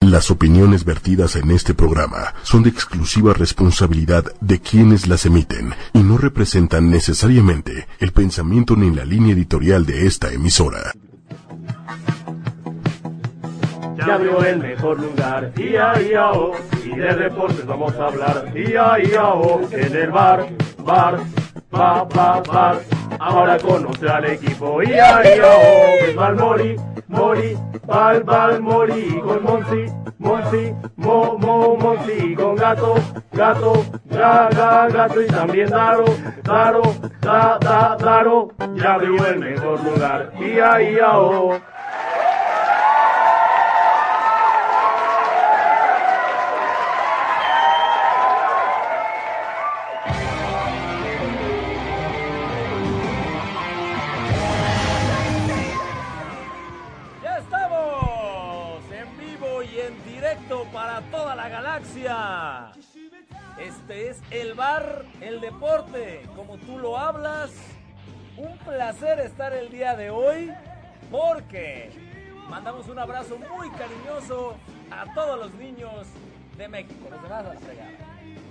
Las opiniones vertidas en este programa son de exclusiva responsabilidad de quienes las emiten y no representan necesariamente el pensamiento ni la línea editorial de esta emisora. Ya abrió el mejor lugar, ia ia oh, y de deportes vamos a hablar, ia ia oh, en el bar, bar, ba ba bar. Ahora conoce al equipo, ia ia oh, es Bal Mori, Mori, Bal Bal Mori, con Monsi, Monsi, Mo Mo Monsi, con Gato, Gato, Ga Ga Gato y también Daro, Daro, Da Da Daro. Ya abrió el mejor lugar, ia ia oh. Ya estamos en vivo y en directo para toda la galaxia. Este es el bar, el deporte, como tú lo hablas. Un placer estar el día de hoy porque mandamos un abrazo muy cariñoso a todos los niños de México. Los demás a la fregada,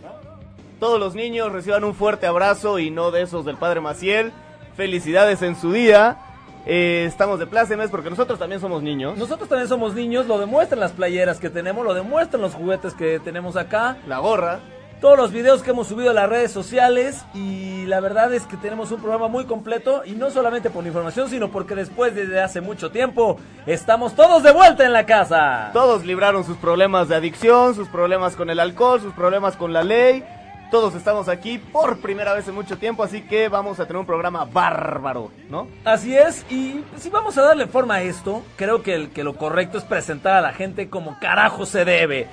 ¿no? Todos los niños reciban un fuerte abrazo y no de esos del padre Maciel. Felicidades en su día. Eh, estamos de plácemes porque nosotros también somos niños. Nosotros también somos niños, lo demuestran las playeras que tenemos, lo demuestran los juguetes que tenemos acá. La gorra. todos los videos que hemos subido a las redes sociales y la verdad es que tenemos un programa muy completo y no solamente por la información, sino porque después desde hace mucho tiempo estamos todos de vuelta en la casa. Todos libraron sus problemas de adicción, sus problemas con el alcohol, sus problemas con la ley. Todos estamos aquí por primera vez en mucho tiempo, así que vamos a tener un programa bárbaro, ¿no? Así es, y si vamos a darle forma a esto, creo que, el, que lo correcto es presentar a la gente como carajo se debe.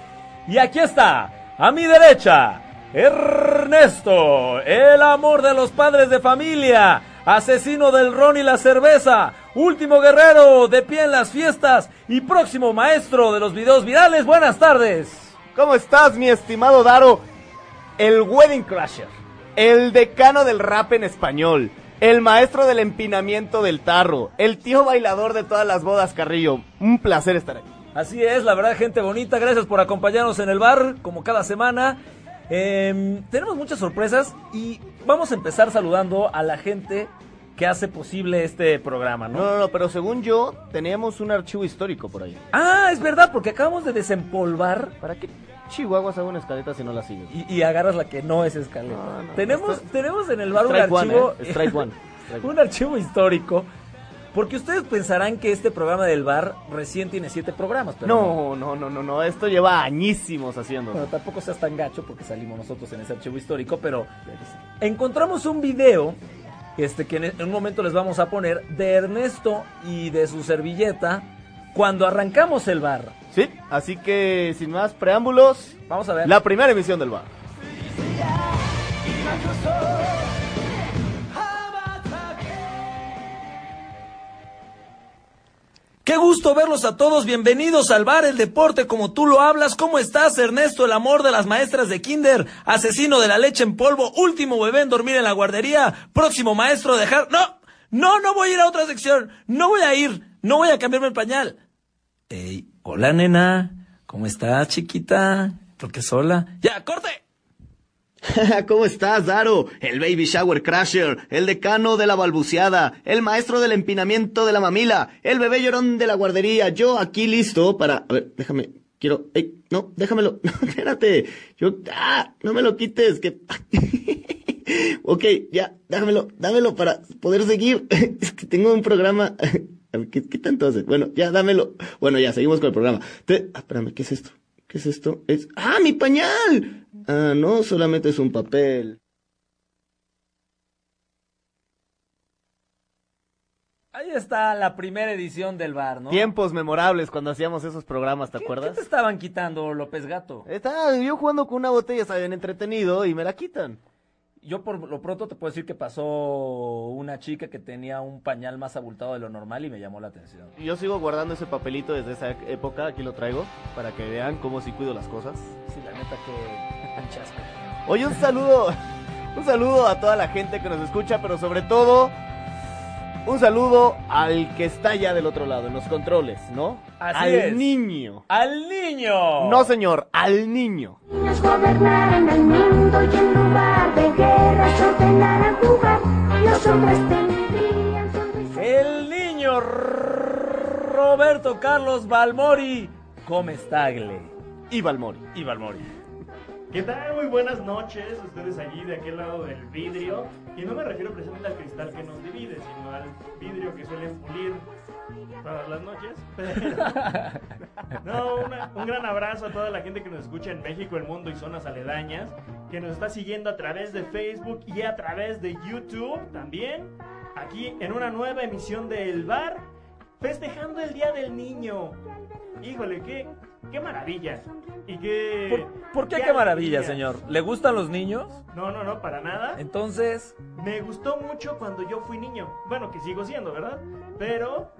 Y aquí está, a mi derecha, Ernesto, el amor de los padres de familia, asesino del ron y la cerveza, último guerrero de pie en las fiestas y próximo maestro de los videos virales. Buenas tardes. ¿Cómo estás, mi estimado Daro? El Wedding Crasher, el decano del rap en español, el maestro del empinamiento del tarro, el tío bailador de todas las bodas Carrillo. Un placer estar aquí. Así es, la verdad, gente bonita. Gracias por acompañarnos en el bar, como cada semana. Em, tenemos muchas sorpresas y vamos a empezar saludando a la gente que hace posible este programa, ¿no? No, no, no, pero según yo, teníamos un archivo histórico por ahí. Ah, es verdad, porque acabamos de desempolvar ¿Para qué Chihuahua hago una escaleta si no la sigues? y, y agarras la que no es escaleta. No, no, tenemos, está- tenemos en el bar un Strike one, archivo, ¿eh? Strike one, strike one. un archivo histórico, porque ustedes pensarán que este programa del bar recién tiene siete programas, pero No, no, no, no, no, esto lleva añísimos haciendo. Bueno, tampoco seas tan gacho porque salimos nosotros en ese archivo histórico, pero encontramos un video este que en en un momento les vamos a poner de Ernesto y de su servilleta cuando arrancamos el bar. Sí, así que sin más preámbulos, Vamos a ver. la primera emisión del bar. Qué gusto verlos a todos, bienvenidos al bar El Deporte como tú lo hablas. ¿Cómo estás, Ernesto, el amor de las maestras de kinder, asesino de la leche en polvo, último bebé en dormir en la guardería, próximo maestro de dejar... No, no, no voy a ir a otra sección, no voy a ir, no voy a cambiarme el pañal. Ey, hola nena, ¿cómo estás, chiquita? Porque sola. Ya, corte. ¿Cómo estás, Daro? El baby shower crasher, el decano de la balbuceada, el maestro del empinamiento de la mamila, el bebé llorón de la guardería, yo aquí listo para... A ver, déjame, quiero... ey, no, déjamelo, espérate, yo... Ah, no me lo quites, que... ok, ya, dámelo, dámelo para poder seguir. es que tengo un programa... A ver, ¿Qué, ¿Qué tanto hace? Bueno, ya dámelo. Bueno, ya, seguimos con el programa. Te... Ah, espérame, ¿qué es esto? ¿Qué es esto? Es... ¡Ah, mi pañal! Ah, no, solamente es un papel. Ahí está la primera edición del bar, ¿no? Tiempos memorables cuando hacíamos esos programas, ¿te acuerdas? estaban quitando, López Gato? Estaba yo jugando con una botella, saben, entretenido y me la quitan. Yo por lo pronto te puedo decir que pasó una chica que tenía un pañal más abultado de lo normal y me llamó la atención. Yo sigo guardando ese papelito desde esa época, aquí lo traigo, para que vean cómo sí cuido las cosas. Sí, la neta que un chasco. Oye, un saludo, un saludo a toda la gente que nos escucha, pero sobre todo Un saludo al que está ya del otro lado, en los controles, ¿no? Así al es. niño. ¡Al niño! No, señor, al niño. Niños gobernarán el mundo y en lugar de guerras ordenarán jugar. Los hombres tendrían sonrisas. El niño R- Roberto Carlos Balmori Comestagle. Y Balmori. Y Balmori. ¿Qué tal? Muy buenas noches, ustedes allí de aquel lado del vidrio. Y no me refiero precisamente al cristal que nos divide, sino al vidrio que suelen pulir todas las noches. Pero- No, una- un gran abrazo a toda la gente que nos escucha en México, el mundo y zonas aledañas, que nos está siguiendo a través de Facebook y a través de YouTube también. Aquí en una nueva emisión de El Bar, festejando el Día del Niño. Híjole, qué, qué maravilla. Y qué... ¿Por, por qué qué maravilla, señor? ¿Le gustan los niños? No, no, no, para nada. Entonces, Me gustó mucho cuando yo fui niño. Bueno, que sigo siendo, ¿verdad? Pero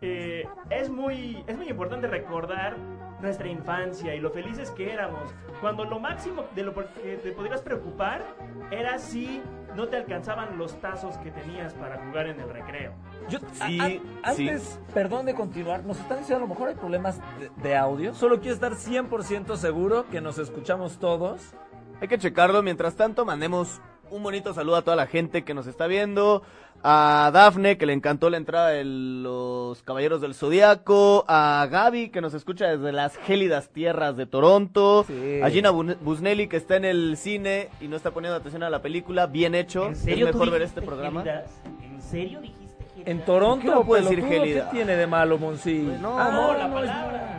eh, es, muy, es muy importante recordar nuestra infancia y lo felices que éramos. Cuando lo máximo de lo por- que te podrías preocupar era si no te alcanzaban los tazos que tenías para jugar en el recreo. yo Sí, a- a- sí. antes, perdón de continuar, nos están diciendo a lo mejor hay problemas de, de audio. Solo quiero estar 100% seguro que nos escuchamos todos. Hay que checarlo. Mientras tanto, mandemos un bonito saludo a toda la gente que nos está viendo. A Dafne, que le encantó la entrada de los Caballeros del Zodiaco. A Gaby, que nos escucha desde las gélidas tierras de Toronto. Sí. A Gina Bu- Busnelli, que está en el cine y no está poniendo atención a la película. Bien hecho. ¿En serio es tú mejor ver dijiste este programa. gélidas? ¿En serio dijiste gélidas? En Toronto, ¿Qué no puede decir pelotudo, ¿qué gélida? tiene de malo, Monsi? Pues no, No, la es palabra.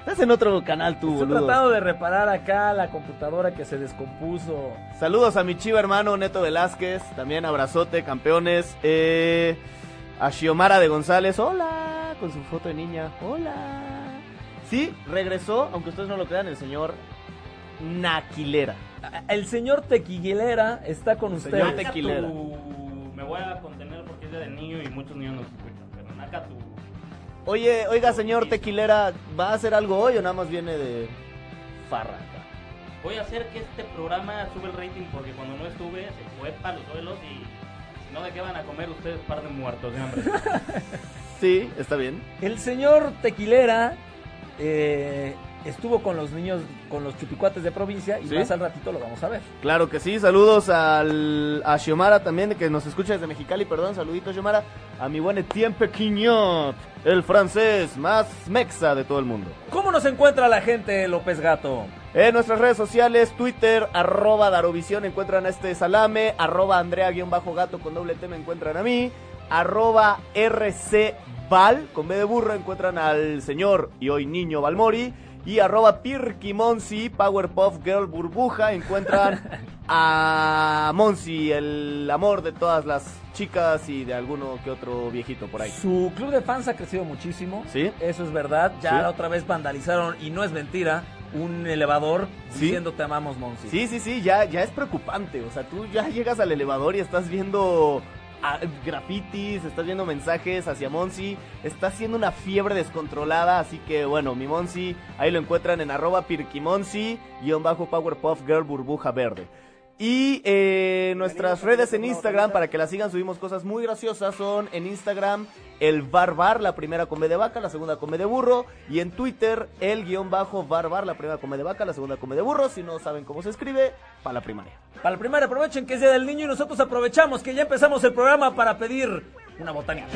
Estás en otro canal tú, Estoy boludo. tratando de reparar acá la computadora que se descompuso. Saludos a mi chiva hermano Neto Velázquez, también abrazote, campeones. Eh, a Xiomara de González, hola, con su foto de niña, hola. Sí, regresó, aunque ustedes no lo crean, el señor Naquilera. El señor Tequilera está con usted. señor Tequi- tequilera. tu- Me voy a contener porque es día del niño y muchos niños nos escuchan. Pero naca tu... Oye, oiga, señor Tequilera, ¿va a hacer algo hoy o nada más viene de farra? acá? Voy a hacer que este programa sube el rating porque cuando no estuve se fue para los suelos y si no de qué van a comer ustedes par de muertos de hambre. Sí, está bien. El señor Tequilera eh, estuvo con los niños, con los chupicuates de provincia y ¿Sí? más al ratito lo vamos a ver. Claro que sí, saludos al, a Xiomara también, que nos escucha desde Mexicali, perdón, saluditos Xiomara, a mi buen Etienne Pequignot, el francés más mexa de todo el mundo. ¿Cómo nos encuentra la gente, López Gato? En nuestras redes sociales, Twitter, arroba Darovisión, encuentran a este salame, arroba Andrea-gato con doble T me encuentran a mí, arroba RCVal con B de burro encuentran al señor y hoy niño Balmori, y arroba Pirkimonsi, Powerpuff Girl Burbuja, encuentran a Monsi, el amor de todas las chicas y de alguno que otro viejito por ahí. Su club de fans ha crecido muchísimo. Sí. Eso es verdad. Ya Sí. la otra vez vandalizaron, y no es mentira, un elevador Sí. diciendo te amamos, Monsi. Sí, sí, sí, ya, ya es preocupante. O sea, tú ya llegas al elevador y estás viendo ah, grafitis, estás viendo mensajes hacia Monsi, está haciendo una fiebre descontrolada, así que bueno, mi Monsi, ahí lo encuentran en arroba pirquimonsi, guión bajo Powerpuff Girl Burbuja Verde. Y eh, nuestras redes en Instagram, para que las sigan, subimos cosas muy graciosas, son en Instagram el barbar, la primera come de vaca, la segunda come de burro, y en Twitter el guión bajo barbar, la primera come de vaca, la segunda come de burro, si no saben cómo se escribe, para la primaria. Para la primera, aprovechen que es Día del Niño y nosotros aprovechamos que ya empezamos el programa para pedir una botanía.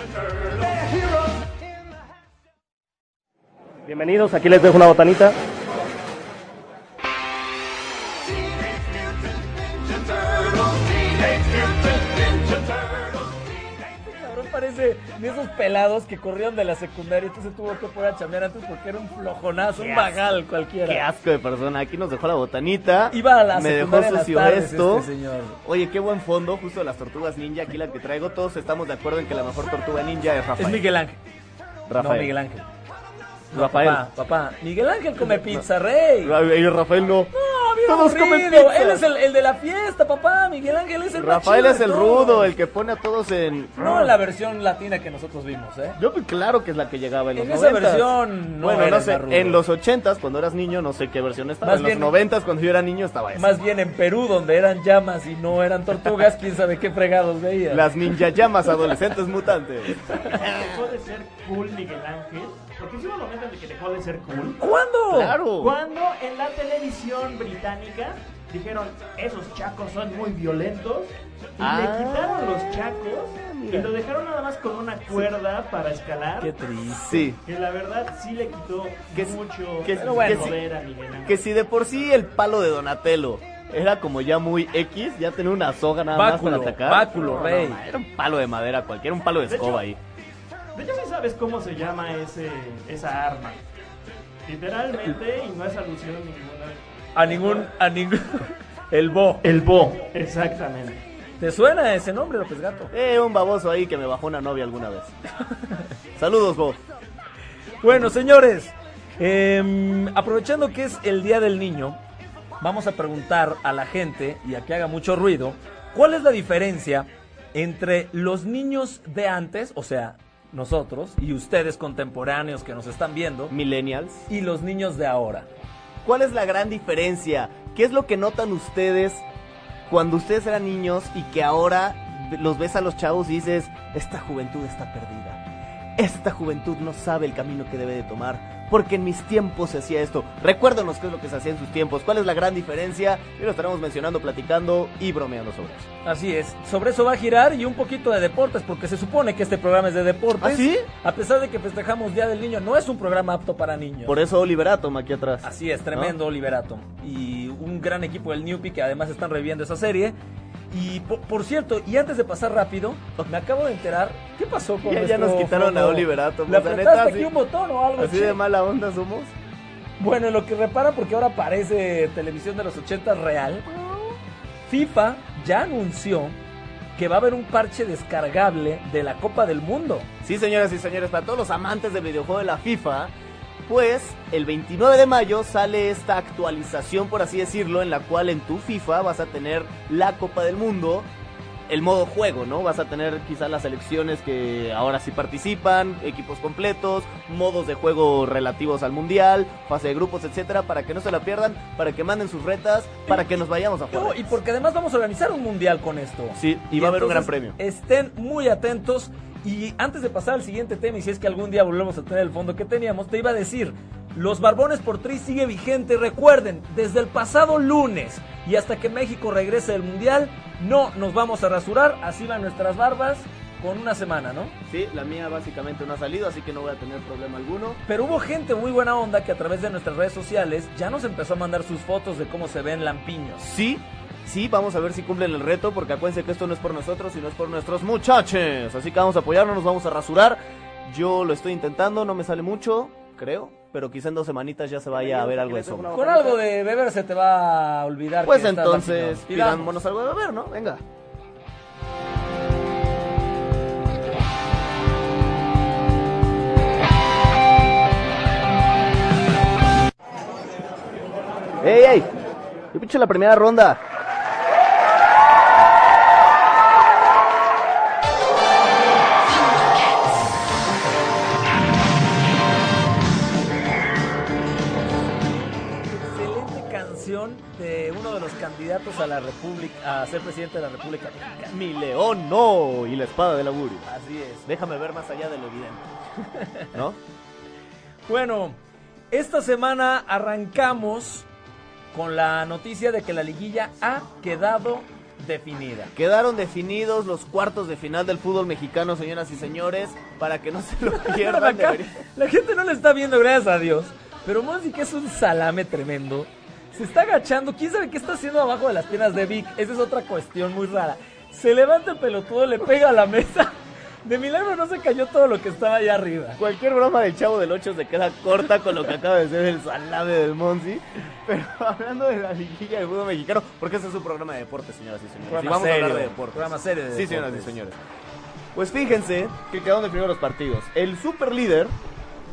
Bienvenidos, aquí les dejo una botanita. Cabrón parece de esos pelados que corrieron de la secundaria, entonces tuvo que poder a chambear antes porque era un flojonazo, un vagal Qué cualquiera. asco de persona, aquí nos dejó la botanita. Iba a la Me dejó secundaria en las sucio tardes esto. este señor. Oye, qué buen fondo, justo de las tortugas ninja, aquí la que traigo. Todos estamos de acuerdo en que la mejor tortuga ninja es Rafael. Es Miguel Ángel. Rafael. No, Miguel Ángel. Rafael. Papá, papá. Miguel Ángel come pizza, rey. Ra- eh, Rafael no. No, muy Todos comen aburrido. pizza. Él es el, el de la fiesta, papá. Miguel Ángel es el más Rafael chido es de el todos. rudo, el que pone a todos en. No en la versión latina que nosotros vimos, ¿eh? Yo pues, claro que es la que llegaba en los En esa 90s. versión no bueno, era no sé, el más rudo. en los 80s cuando eras niño no sé qué versión estaba, Más en bien- los 90s cuando yo era niño estaba esa. Más bien en Perú, donde eran llamas y no eran tortugas, quién sabe qué fregados veían. Las ninja llamas adolescentes mutantes. Dejó de ser cool Miguel Ángel. Porque hicimos lo momento en el que dejó de ser cool. ¿Cuándo? Claro. Cuando en la televisión británica dijeron, esos chacos son muy violentos, y Ah, le quitaron los chacos mira. y lo dejaron nada más con una cuerda para escalar. Qué triste. Sí. Que la verdad sí le quitó Que- mucho que- pero que- poder a Miguel Ángel. Que si de por sí el palo de Donatello era como ya muy X, ya tenía una soga nada Báculo, más para atacar. báculo, No, rey. no, era un palo de madera cualquiera, un palo de De hecho, escoba ahí. De hecho, sí sabes cómo se llama ese, esa arma. Literalmente, y no es alusión ninguna. A ningún, a ningún. El Bo. El Bo. Exactamente. ¿Te suena ese nombre, López Gato? Eh, un baboso ahí que me bajó una novia alguna vez. Saludos, Bob. Bueno, señores, em, aprovechando que es el Día del Niño, vamos a preguntar a la gente, y a que haga mucho ruido, ¿cuál es la diferencia entre los niños de antes, o sea, nosotros, y ustedes contemporáneos que nos están viendo, Millennials. y los niños de ahora? ¿Cuál es la gran diferencia? ¿Qué es lo que notan ustedes cuando ustedes eran niños y que ahora los ves a los chavos y dices, esta juventud está perdida? Esta juventud no sabe el camino que debe de tomar. Porque en mis tiempos se hacía esto. Recuérdanos qué es lo que se hacía en sus tiempos. ¿Cuál es la gran diferencia? Y lo estaremos mencionando, platicando y bromeando sobre eso. Así es, sobre eso va a girar y un poquito de deportes, porque se supone que este programa es de deportes. ¿Ah, sí? A pesar de que festejamos Día del Niño, no es un programa apto para niños. Por eso Oliver Atom aquí atrás. Así es, tremendo Liberato. Y un gran equipo del Newpi que además están reviviendo esa serie. Y po- por, cierto, y antes de pasar rápido, me acabo de enterar qué pasó con Ya- ya nuestro nos quitaron fondo? a Oliver Atom, Le pues, la apretaste neta, aquí sí. un botón o algo Así che? de mala onda somos. Bueno, en lo que repara porque ahora parece televisión de los 80 real. FIFA ya anunció que va a haber un parche descargable de la Copa del Mundo. Sí, señoras y señores, para todos los amantes del videojuego de la FIFA, pues el 29 de mayo sale esta actualización, por así decirlo, en la cual en tu FIFA vas a tener la Copa del Mundo, el modo juego, ¿no? Vas a tener quizás las selecciones que ahora sí participan, equipos completos, modos de juego relativos al mundial, fase de grupos, etcétera, para que no se la pierdan, para que manden sus retas, para que nos vayamos a No, jugar. y porque además vamos a organizar un mundial con esto. Sí, y va a haber un gran entonces, premio. Estén muy atentos. Y antes de pasar al siguiente tema, y si es que algún día volvemos a tener el fondo que teníamos, te iba a decir, los Barbones por Tri sigue vigente. Recuerden, desde el pasado lunes y hasta que México regrese del Mundial, no nos vamos a rasurar. Así van nuestras barbas con una semana, ¿no? Sí, la mía básicamente no ha salido, así que no voy a tener problema alguno. Pero hubo gente muy buena onda que a través de nuestras redes sociales ya nos empezó a mandar sus fotos de cómo se ven lampiños. Sí, sí, vamos a ver si cumplen el reto, porque acuérdense que esto no es por nosotros, sino es por nuestros muchachos. Así que vamos a apoyarnos, nos vamos a rasurar. Yo lo estoy intentando, no me sale mucho, creo, pero quizá en dos semanitas ya se vaya a ver algo de sombra. Con algo de beber se te va a olvidar. Pues que estás entonces, lampiñón. Pidamos. pidámonos algo de beber, ¿no? Venga. ¡Ey, ey! Yo pinche la primera ronda. Excelente canción de uno de los candidatos a la República, a ser presidente de la República Mexicana. Mi león no y la espada del augurio. Así es. Déjame ver más allá de lo evidente. ¿No? Bueno, esta semana arrancamos con la noticia de que la liguilla ha quedado definida. Quedaron definidos los cuartos de final del fútbol mexicano, señoras y señores, para que no se lo pierdan. Acá, debería- la gente no le está viendo, gracias a Dios. Pero Monsi, que es un salame tremendo, se está agachando. ¿Quién sabe qué está haciendo abajo de las piernas de Vic? Esa es otra cuestión muy rara. Se levanta el pelotudo, le pega a la mesa. De milagro no se cayó todo lo que estaba allá arriba. Cualquier broma del chavo del 8 se queda corta con lo que acaba de ser el salame del Monsi. Pero hablando de la liguilla del fútbol mexicano, porque este es un programa de deportes, señoras y señores. Programa y vamos a serio, hablar de deportes. programa serio de Sí, señoras y deportes. señores. Pues fíjense que quedaron definidos los partidos. El super líder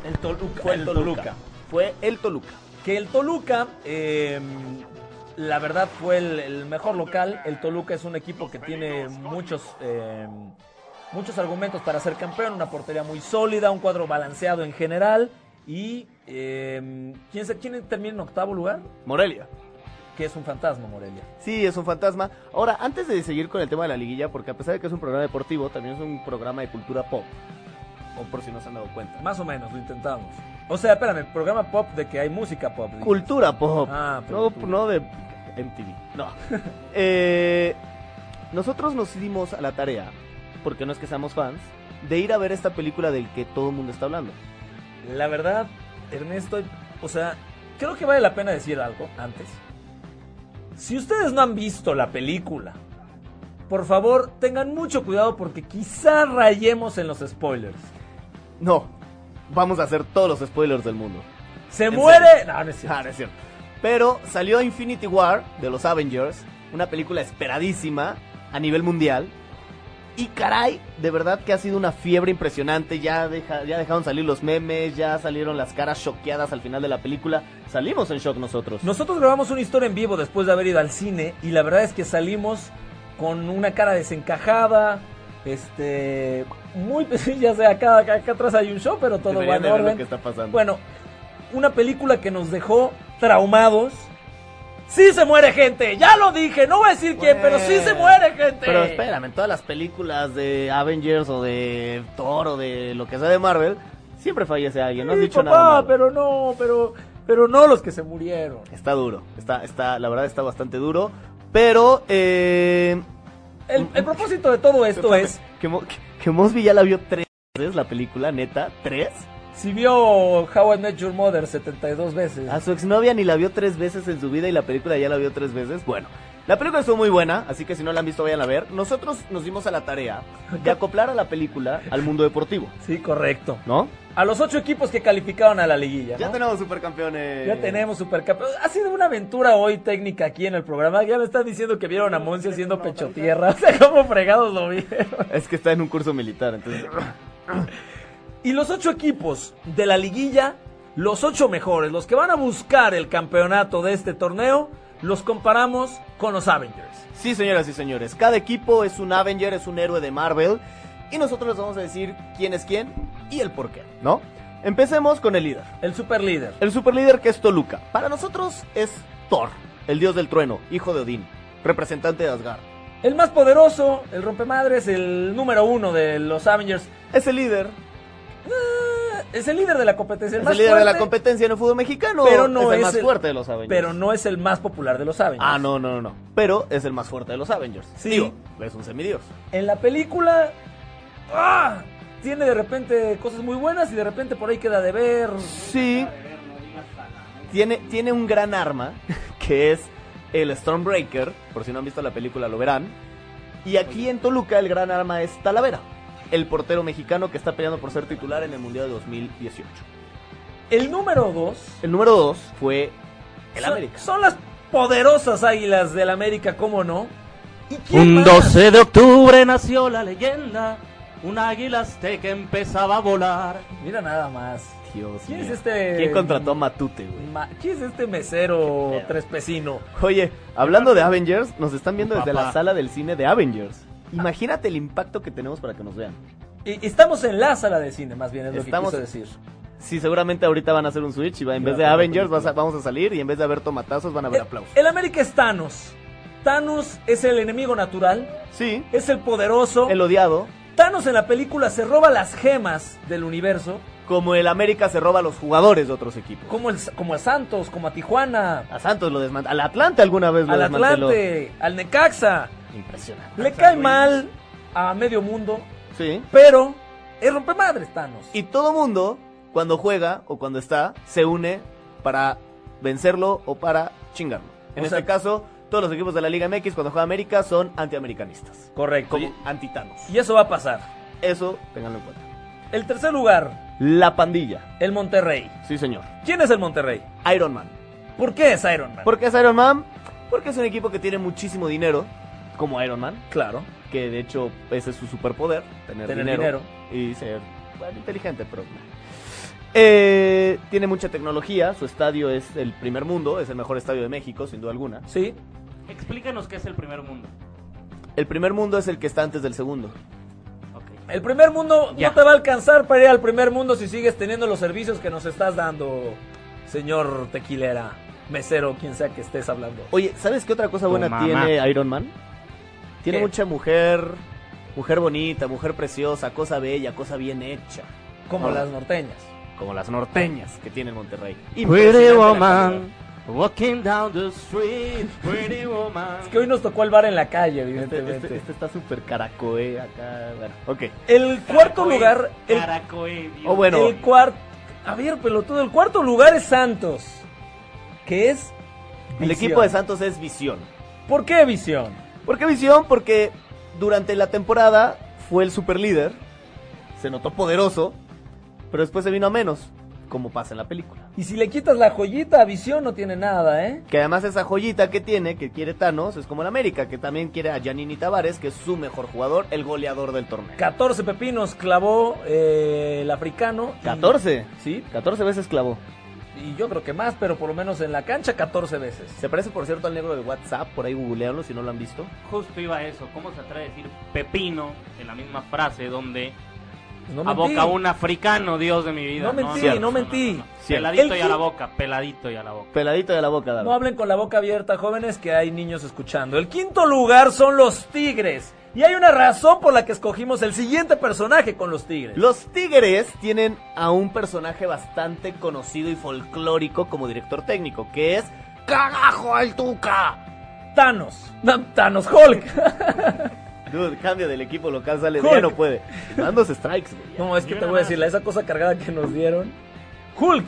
El Toluca. fue el Toluca. Fue el Toluca. Que el Toluca eh, la verdad fue el, el mejor local. El Toluca es un equipo que tiene muchos, eh, muchos argumentos para ser campeón, una portería muy sólida, un cuadro balanceado en general. Y eh, ¿quién, se- ¿quién termina en octavo lugar? Morelia. Que es un fantasma, Morelia. Sí, es un fantasma. Ahora, antes de seguir con el tema de la liguilla, porque a pesar de que es un programa deportivo, también es un programa de cultura pop. O por si no se han dado cuenta. Más o menos, lo intentamos. O sea, espérame, programa pop de que hay música pop. dijiste. Cultura pop. Ah, no, pero- no de MTV. No. Eh, nosotros nos dimos a la tarea, porque no es que seamos fans, de ir a ver esta película del que todo el mundo está hablando. La verdad, Ernesto, o sea, creo que vale la pena decir algo antes. Si ustedes no han visto la película, por favor tengan mucho cuidado porque quizá rayemos en los spoilers. No. Vamos a hacer todos los spoilers del mundo. Se ¿En muere. No, no es cierto. Ah, no es cierto. Pero salió Infinity War de los Avengers, una película esperadísima a nivel mundial. Y caray, de verdad que ha sido una fiebre impresionante. Ya, deja- ya dejaron salir los memes, ya salieron las caras choqueadas al final de la película. Salimos en shock nosotros. Nosotros grabamos una historia en vivo después de haber ido al cine y la verdad es que salimos con una cara desencajada, este, muy ya sea acá, acá, acá atrás hay un show, pero todo va Deberían en de ver lo orden. que está pasando. Bueno, una película que nos dejó traumados. Sí se muere gente, ya lo dije, no voy a decir quién, pero sí se muere gente. Pero espérame, en todas las películas de Avengers o de Thor o de lo que sea de Marvel, siempre fallece alguien. No has Sí, dicho papá, nada. malo. pero no, pero pero no los que se murieron. Está duro, está, está, la verdad está bastante duro. Pero, eh, El, el propósito de todo esto es Que, Mo- que, que Mosby ya la vio tres veces, la película, neta, tres. si vio How I Met Your Mother 72 veces. A su exnovia ni la vio tres veces en su vida y la película ya la vio tres veces. Bueno, la película estuvo muy buena, así que si no la han visto, vayan a ver. Nosotros nos dimos a la tarea de acoplar a la película al mundo deportivo, Sí, correcto. ¿no? A los ocho equipos que calificaron a la liguilla. Ya ¿no? tenemos supercampeones. Ya tenemos supercampeón. Ha sido una aventura hoy técnica aquí en el programa. Ya me están diciendo que vieron a Monse haciendo pecho tierra. O sea, cómo fregados lo vieron. Es que está en un curso militar, entonces. Y los ocho equipos de la liguilla, los ocho mejores, los que van a buscar el campeonato de este torneo, los comparamos con los Avengers. Sí, señoras y señores. Cada equipo es un Avenger, es un héroe de Marvel. Y nosotros les vamos a decir quién es quién y el por qué, ¿no? Empecemos con el líder. El superlíder. El superlíder que es Toluca. Para nosotros es Thor, el dios del trueno, hijo de Odín, representante de Asgard. El más poderoso, el rompemadres, el número uno de los Avengers. Es el líder, Ah, Es el líder de la competencia. El es más el líder de la fuerte, competencia en el fútbol mexicano. Pero no es el es más el- fuerte de los Avengers. Pero no es el más popular de los Avengers. Ah, no, no, no, no. Pero es el más fuerte de los Avengers. Sí. Digo, es un semidios. en la película ¡ah! tiene de repente cosas muy buenas y de repente por ahí queda de ver. Sí. Tiene, tiene un gran arma, que es el Stormbreaker. Por si no han visto la película, lo verán. Y aquí en Toluca, el gran arma es Talavera, el portero mexicano que está peleando por ser titular en el Mundial de 2018. El número 2 El número 2 fue el son, América. son las poderosas águilas del América, ¿cómo no? ¿Y quién Un más? ¿eh? 12 de octubre nació la leyenda. Un águila azteca empezaba a volar. Mira nada más. Dios ¿Quién mío. es este- ¿Quién contrató a Matute, güey? Ma- ¿Quién es este mesero Qué pedo. trespecino? Oye, hablando de Avengers, nos están viendo desde Papá. la sala del cine de Avengers. Imagínate el impacto que tenemos para que nos vean. Y- estamos en la sala de cine, más bien es lo Estamos- que quiso decir. Sí, seguramente ahorita van a hacer un switch y va, en Ya, vez de la Avengers película. vas a- vamos a salir y en vez de haber tomatazos van a haber El, aplausos. el América es Thanos. Thanos es el enemigo natural, Sí, es el poderoso. el odiado, Thanos en la película se roba las gemas del universo. como el América se roba a los jugadores de otros equipos. Como, el, como a Santos, como a Tijuana, A Santos lo desmanteló, al Atlante alguna vez lo al desmanteló. Atlante, al Necaxa. Impresionante. Le cae mal a medio mundo, Sí. pero es rompemadres Thanos. Y todo mundo, cuando juega o cuando está, se une para vencerlo o para chingarlo. En O este sea- caso, todos los equipos de la Liga MX cuando juega América son antiamericanistas. Correcto. Como Y, antitanos. y eso va a pasar. Eso, ténganlo en cuenta. El tercer lugar, La pandilla. el Monterrey. Sí, señor. ¿Quién es el Monterrey? Iron Man. ¿Por qué es Iron Man? ¿Por qué es Iron Man? Porque es un equipo que tiene muchísimo dinero, como Iron Man, Claro. que de hecho ese es su superpoder, tener, Tener dinero. Y ser bueno, inteligente, pero... no. Eh, tiene mucha tecnología, su estadio es el primer mundo, es el mejor estadio de México, sin duda alguna. Sí. Explícanos qué es el primer mundo. El primer mundo es el que está antes del segundo. Ok. El primer mundo Ya. no te va a alcanzar para ir al primer mundo si sigues teniendo los servicios que nos estás dando, señor tequilera, mesero, quien sea que estés hablando. Oye, ¿sabes qué otra cosa buena mamá. tiene Iron Man? Tiene ¿Qué? mucha mujer, mujer bonita, mujer preciosa, cosa bella, cosa bien hecha. Como Hola. las norteñas. Como las norteñas que tiene en Monterrey. Pretty Impresionante la woman, walking down the street. Pretty woman. Es que hoy nos tocó el bar en la calle, calidad. Este, evidentemente. este- este está súper caracoe acá. Bueno, ok. El cuarto Caracoe, lugar, el, Caracoe, Dios. Oh, bueno. el cuarto, a ver, pelotudo, el cuarto lugar es Santos, que es El Visión. equipo de Santos es Visión. ¿Por qué Visión? ¿Por qué Visión? Porque durante la temporada fue el superlíder, se notó poderoso, pero después se vino a menos, como pasa en la película. Y si le quitas la joyita a Visión no tiene nada, ¿eh? Que además esa joyita que tiene, que quiere Thanos, es como el América, que también quiere a Giannini Tavares, que es su mejor jugador, el goleador del torneo. 14 pepinos clavó eh, el africano. y- 14, Sí, 14 veces clavó. y yo creo que más, pero por lo menos en la cancha 14 veces. Se parece, por cierto, al negro de WhatsApp, por ahí googleanlo si no lo han visto. Justo iba a eso. ¿Cómo se atreve a decir pepino en la misma frase donde No a mentí. boca un africano, Dios de mi vida? No mentí, Cierto. no mentí. Cierto. Peladito El y a la qui- boca, peladito y a la boca. Peladito de la boca, David. No hablen con la boca abierta, jóvenes, que hay niños escuchando. El quinto lugar son los Tigres. Y hay una razón por la que escogimos el siguiente personaje con los Tigres. Los Tigres tienen a un personaje bastante conocido y folclórico como director técnico, que es Cagajo el Tuca. Thanos. No, Thanos Hulk. Dude, cambio del equipo local sale Hulk. ya no puede. Dando strikes, güey. ya. No, es que te voy a decir, esa cosa cargada que nos dieron. Hulk.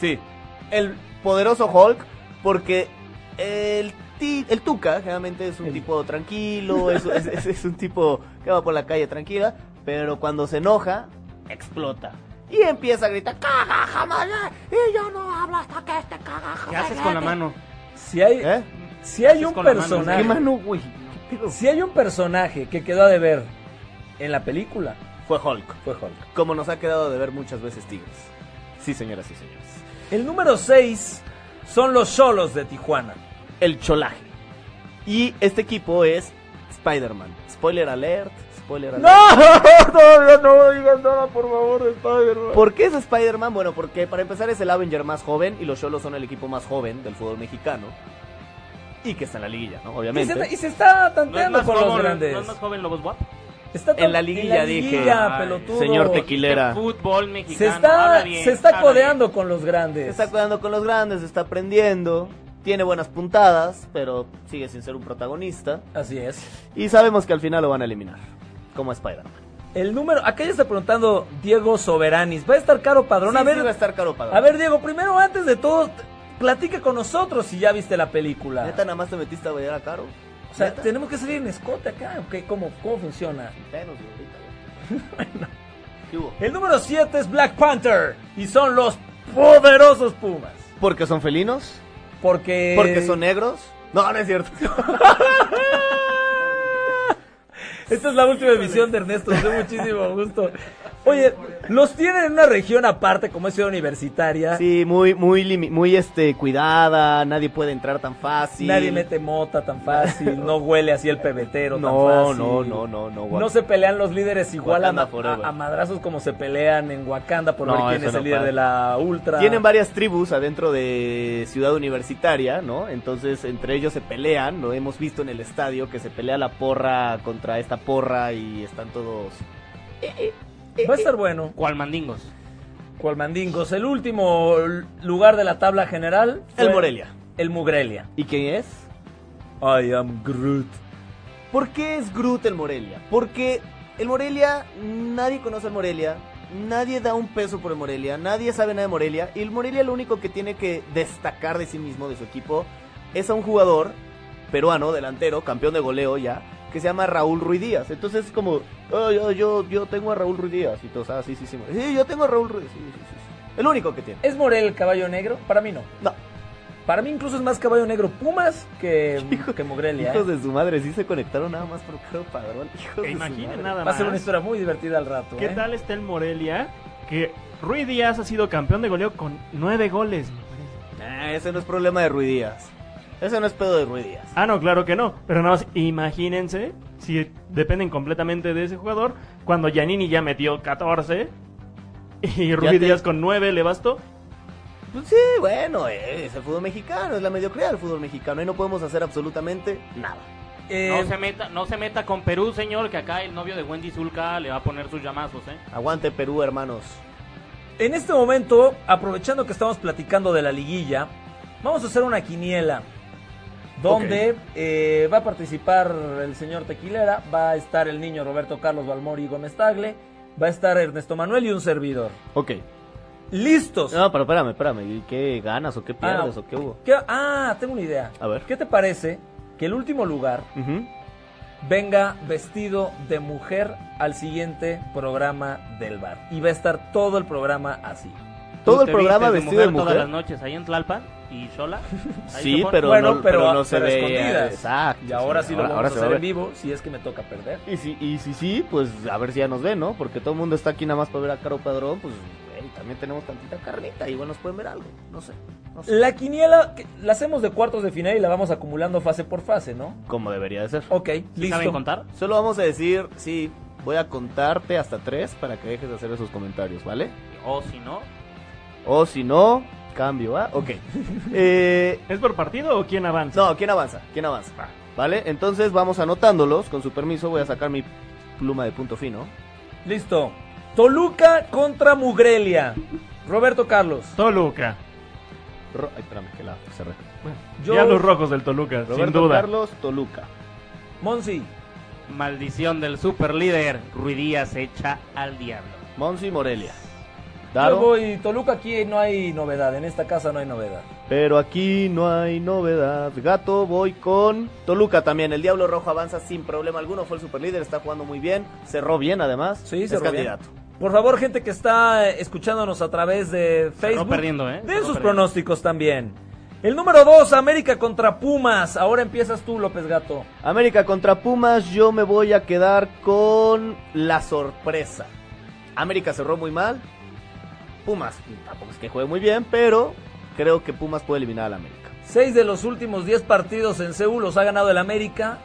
Sí, el poderoso Hulk, porque el, ti- el Tuca generalmente es un tipo tranquilo, es, es- es- es un tipo que va por la calle tranquila, pero cuando se enoja, explota. Y empieza a gritar, cagaja, madre, y yo no hablo hasta que este cagaja. ¿Qué haces con la mano? Si hay, ¿Eh? si hay haces un con la mano? personaje. ¿Qué mano, güey? ¿Qué pedo? Si hay un personaje que quedó a deber en la película, Fue Hulk, fue Hulk. como nos ha quedado de ver muchas veces Tigres. Sí, señoras y señores. El número 6 son los Solos de Tijuana. El cholaje. Y este equipo es Spider-Man. Spoiler alert, spoiler alert. no, no digas nada, por favor, Spider-Man. ¿Por qué es Spider-Man? Bueno, porque para empezar es el Avenger más joven y los Cholos son el equipo más joven del fútbol mexicano. Y que está en la liguilla, ¿no? Y Obviamente. se, y se está ¿No es tanteando más con los joven, grandes. ¿no es más joven Lobos Guap? Está tan- En la liguilla dije, liguilla, ay, pelotudo. señor Tequila. Quilera. Fútbol mexicano. Se está, habla bien, se está habla bien. codeando con los Se grandes. está cuidando con los grandes, se está aprendiendo, tiene buenas puntadas, pero sigue sin ser un protagonista. Así es. Y sabemos que al final lo van a eliminar, como a Spider-Man. El número, acá ya está preguntando Diego Soberanis. Va a estar caro padrón. a Sí, ver, sí va a estar caro para a ver, Diego, primero antes de todo, t- platica con nosotros si ya viste la película. ¿Neta nada más te metiste a bailar a Caro? O sea, ¿Neta? tenemos que salir en escote acá, ¿o qué? ¿Cómo, ¿Cómo funciona? Menos, güey, ahorita, güey. ¿Qué hubo? El número 7 es Black Panther y son los poderosos Pumas. ¿Porque son felinos? Porque... ¿Porque son negros? No, no es cierto. Ah, Esta es la última emisión de Ernesto, nos dio muchísimo gusto. Oye, los tienen en una región aparte, como es ciudad universitaria. Sí, muy, muy, limi- muy este, cuidada, nadie puede entrar tan fácil. Nadie mete mota tan fácil, no huele así el pebetero tan No, fácil. no, no, no, no. guaca. No se pelean los líderes igual a, Wakanda ma- forever. a- a madrazos como se pelean en Wakanda por No, ver quién eso es no el líder pasa. de la ultra. Tienen varias tribus adentro de Ciudad Universitaria, ¿no? Entonces, entre ellos se pelean, lo hemos visto en el estadio, que se pelea la porra contra esta porra y están todos... Va a estar bueno. ¿Cuál mandingos? Cual mandingos. El último l- lugar de la tabla general. fue El Morelia. El Mugrelia. ¿Y quién es? I am Groot. ¿Por qué es Groot el Morelia? Porque el Morelia, nadie conoce al Morelia, nadie da un peso por el Morelia, nadie sabe nada de Morelia, y el Morelia lo único que tiene que destacar de sí mismo, de su equipo, es a un jugador peruano, delantero, campeón de goleo ya, que se llama Raúl Ruiz Díaz. Entonces es como, "Oh, yo, yo, yo tengo a Raúl Ruiz Díaz, y todos, ah, sí, sí, sí, Morelia. sí, yo tengo a Raúl Ruiz, sí, sí, sí, sí". El único que tiene. ¿Es Morel el caballo negro? Para mí no. No, Para mí incluso es más caballo negro Pumas que, que Mugrelia. ¿eh? hijos de su madre, sí se conectaron nada más por Caro Padrón, hijos de su Imaginen madre. nada Va a más. ser una historia muy divertida al rato. ¿Qué ¿eh? tal está el Morelia? que Rui Díaz ha sido campeón de goleo con nueve goles, me parece. Nah, Ah, ese no es problema de Ruidías. Ese no es pedo de Ruidías. Ah, no, claro que no. Pero nada más, imagínense si dependen completamente de ese jugador. Cuando Giannini ya metió 14 y Rubí te- Díaz con 9 le bastó. Pues sí, bueno, eh, es el fútbol mexicano, es la mediocridad del fútbol mexicano y no podemos hacer absolutamente nada. Eh, No se, meta, no se meta con Perú, señor, que acá el novio de Wendy Zulka le va a poner sus llamazos, ¿eh? Aguante Perú, hermanos. En este momento, aprovechando que estamos platicando de la liguilla, vamos a hacer una quiniela. Donde eh, va a participar el señor Tequilera, va a estar el niño Roberto Carlos Balmori y Gómez Tagle, va a estar Ernesto Manuel y un servidor. Ok. ¡Listos! No, pero espérame, espérame. ¿Y qué ganas o qué Ah, pierdes o qué hubo? ¿Qué- ah, tengo una idea. A ver. ¿Qué te parece que el último lugar venga vestido de mujer al siguiente programa del bar? Y va a estar todo el programa así. Todo Tú el te programa vistes vestido de todas mujer. las noches ahí en Tlalpan y sola. Ahí Sí, te pones. pero, bueno, no, pero, pero no se pero ve. escondidas. Exacto. Y ahora sí lo vamos ahora a se hacer va en ver. vivo, si es que me toca perder. Y si, y si sí, pues a ver si ya nos ven, ¿no? Porque todo el mundo está aquí nada más para ver a Caro Padrón, pues güey, también tenemos tantita carnita, igual nos pueden ver algo, no sé, no sé. La quiniela que- la hacemos de cuartos de final y la vamos acumulando fase por fase, ¿no? Como debería de ser. Ok, ¿Sí ¿Saben listo. contar? Solo vamos a decir, sí, voy a contarte hasta tres para que dejes de hacer esos comentarios, ¿vale? O si no, O si no, cambio, ¿ah? Ok. Eh, ¿Es por partido o quién avanza? no, ¿quién avanza? ¿Quién avanza? ¿Vale? Entonces vamos anotándolos, con su permiso voy a sacar mi pluma de punto fino. Listo. Toluca contra Mugrelia. Roberto Carlos. Toluca. Ro- Ay, espérame, que la cerré. Yo, Diablos rojos del Toluca, sin Roberto duda. Carlos Toluca. Monsi. maldición del super líder, Ruidías echa al diablo. Monsi Morelia. Yo Daro. voy Toluca, aquí no hay novedad. En esta casa no hay novedad. Pero aquí no hay novedad. Gato, voy con Toluca también. El Diablo Rojo avanza sin problema alguno. Fue el superlíder, está jugando muy bien. Cerró bien además. Sí, es cerró bien. candidato. Por favor, gente que está eh, escuchándonos a través de Facebook, perdiendo, ¿eh? den Cerró sus perdiendo. pronósticos también. El número 2, América contra Pumas. Ahora empiezas tú, López Gato. América contra Pumas, yo me voy a quedar con la sorpresa. América cerró muy mal. Pumas tampoco es que juegue muy bien, pero creo que Pumas puede eliminar al América. Seis de los últimos 10 partidos en Seúl los ha ganado el América.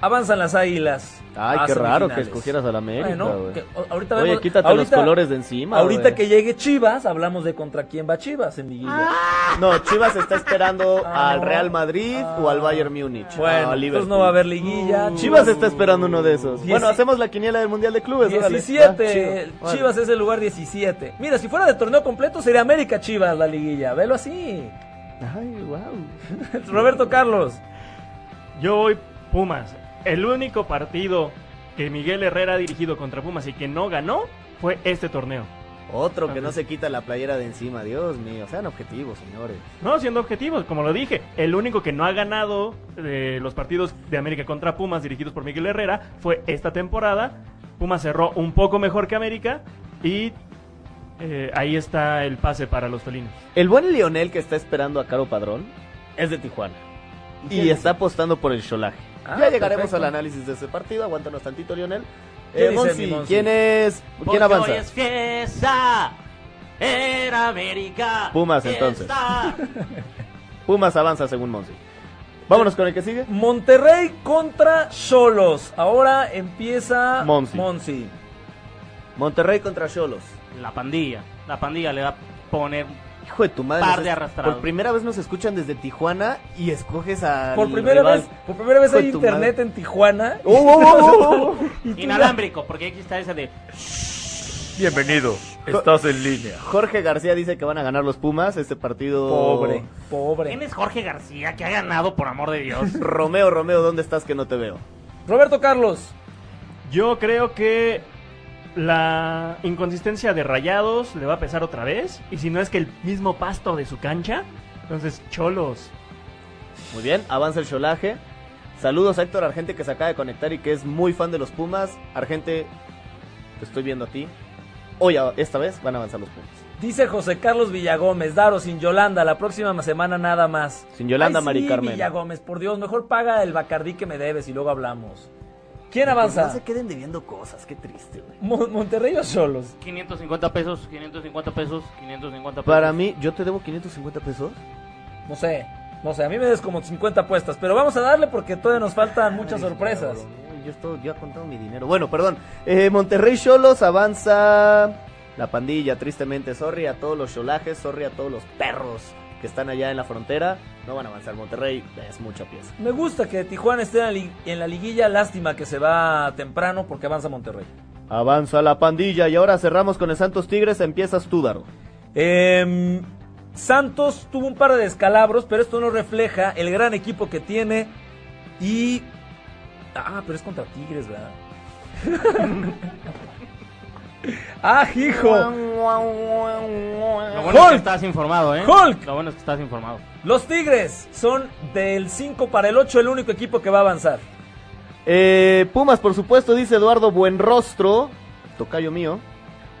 Avanzan las Águilas. Ay, a qué raro Ah, que semifinales. escogieras al América, Bueno, güey. que- o- ahorita Oye, vemos- quítate los ahorita- colores de encima, Ahorita güey. que llegue Chivas, hablamos de contra quién va Chivas en liguilla. No, Chivas está esperando Ah, al Real Madrid o al Bayern Múnich. bueno, Ah, entonces Liverpool. Uh. no va a haber liguilla. Chivas está esperando uno de esos. Dieci- Bueno, hacemos la quiniela del Mundial de Clubes. órale. 17. Ah, Pues chido. Chivas es el lugar 17. Mira, si fuera de torneo completo sería América Chivas la liguilla. Velo así. Ay, wow. Roberto Carlos. Yo voy Pumas. El único partido que Miguel Herrera ha dirigido contra Pumas y que no ganó fue este torneo. Otro que no se quita la playera de encima, Dios mío. Sean objetivos, señores. No, siendo objetivos, como lo dije, el único que no ha ganado eh, los partidos de América contra Pumas dirigidos por Miguel Herrera fue esta temporada. Pumas cerró un poco mejor que América y eh, ahí está el pase para los felinos. El buen Lionel que está esperando a Caro Padrón es de Tijuana. Y está apostando por el cholaje. Ah, ya llegaremos perfecto. al análisis de ese partido. Aguántanos tantito, Lionel. ¿Qué Eh, dice Monsi, mi Monsi? ¿quién es? Porque ¿Quién avanza? Hoy es fiesta, era América. Pumas, entonces. Fiesta. Pumas avanza según Monsi. Vámonos con el que sigue. Monterrey contra Solos. Ahora empieza Monsi. Monsi. Monterrey contra Cholos. La pandilla, la pandilla le va a poner... Hijo de tu madre. Par nos de es- arrastrados. Por primera vez nos escuchan desde Tijuana y escoges a. Por primera vez, por primera vez Hijo de hay tu internet en Tijuana. ¡Oh, oh, oh, oh, Y tú Inalámbrico, porque aquí está esa de... Bienvenido, estás en línea. oh! Jorge García dice que van a ganar los Pumas este partido. Pobre, ¿Quién pobre. es Jorge García que ha ganado, por amor de Dios? Romeo, Romeo, ¿dónde estás que no te veo? Roberto Carlos. Yo creo que la inconsistencia de Rayados le va a pesar otra vez. Y si no es que el mismo pasto de su cancha, entonces cholos. Muy bien, avanza el cholaje. Saludos a Héctor Argente que se acaba de conectar y que es muy fan de los Pumas. Argente, te estoy viendo a ti. Hoy, a- esta vez, van a avanzar los Pumas. Dice José Carlos Villagómez, Daro sin Yolanda, la próxima semana nada más. Sin Yolanda, Ay, Mari sí, Carmen. Villagómez, por Dios, mejor paga el Bacardí que me debes y luego hablamos. ¿Quién Pues No avanza? se queden debiendo cosas, qué triste, güey. Mon- ¿Monterrey o Solos? 550 pesos, 550 pesos, 550 pesos. Para mí, yo te debo 550 pesos. No sé, no sé, a mí me des como 50 apuestas, pero vamos a darle porque todavía nos faltan muchas Ay, sorpresas. cabrón, Yo, estoy, yo he contado mi dinero. Bueno, perdón. Eh, Monterrey Cholos avanza la pandilla, tristemente. Sorry a todos los cholajes, sorry a todos los perros que están allá en la frontera. No van a avanzar. Monterrey es mucha pieza. Me gusta que Tijuana esté en la, li- en la liguilla, lástima que se va temprano porque avanza Monterrey. Avanza la pandilla y ahora cerramos con el Santos Tigres. Empiezas tú, Daro. Em, Santos tuvo un par de descalabros, pero esto no refleja el gran equipo que tiene. Y. Ah, pero es contra Tigres, ¿verdad? ¡Ah, hijo! Lo bueno es ¡Hulk! que estás informado, ¿eh? ¡Hulk! Lo bueno es que estás informado. Los Tigres son del 5 para el 8 el único equipo que va a avanzar. Eh, Pumas, por supuesto, dice Eduardo Buenrostro. Tocayo mío.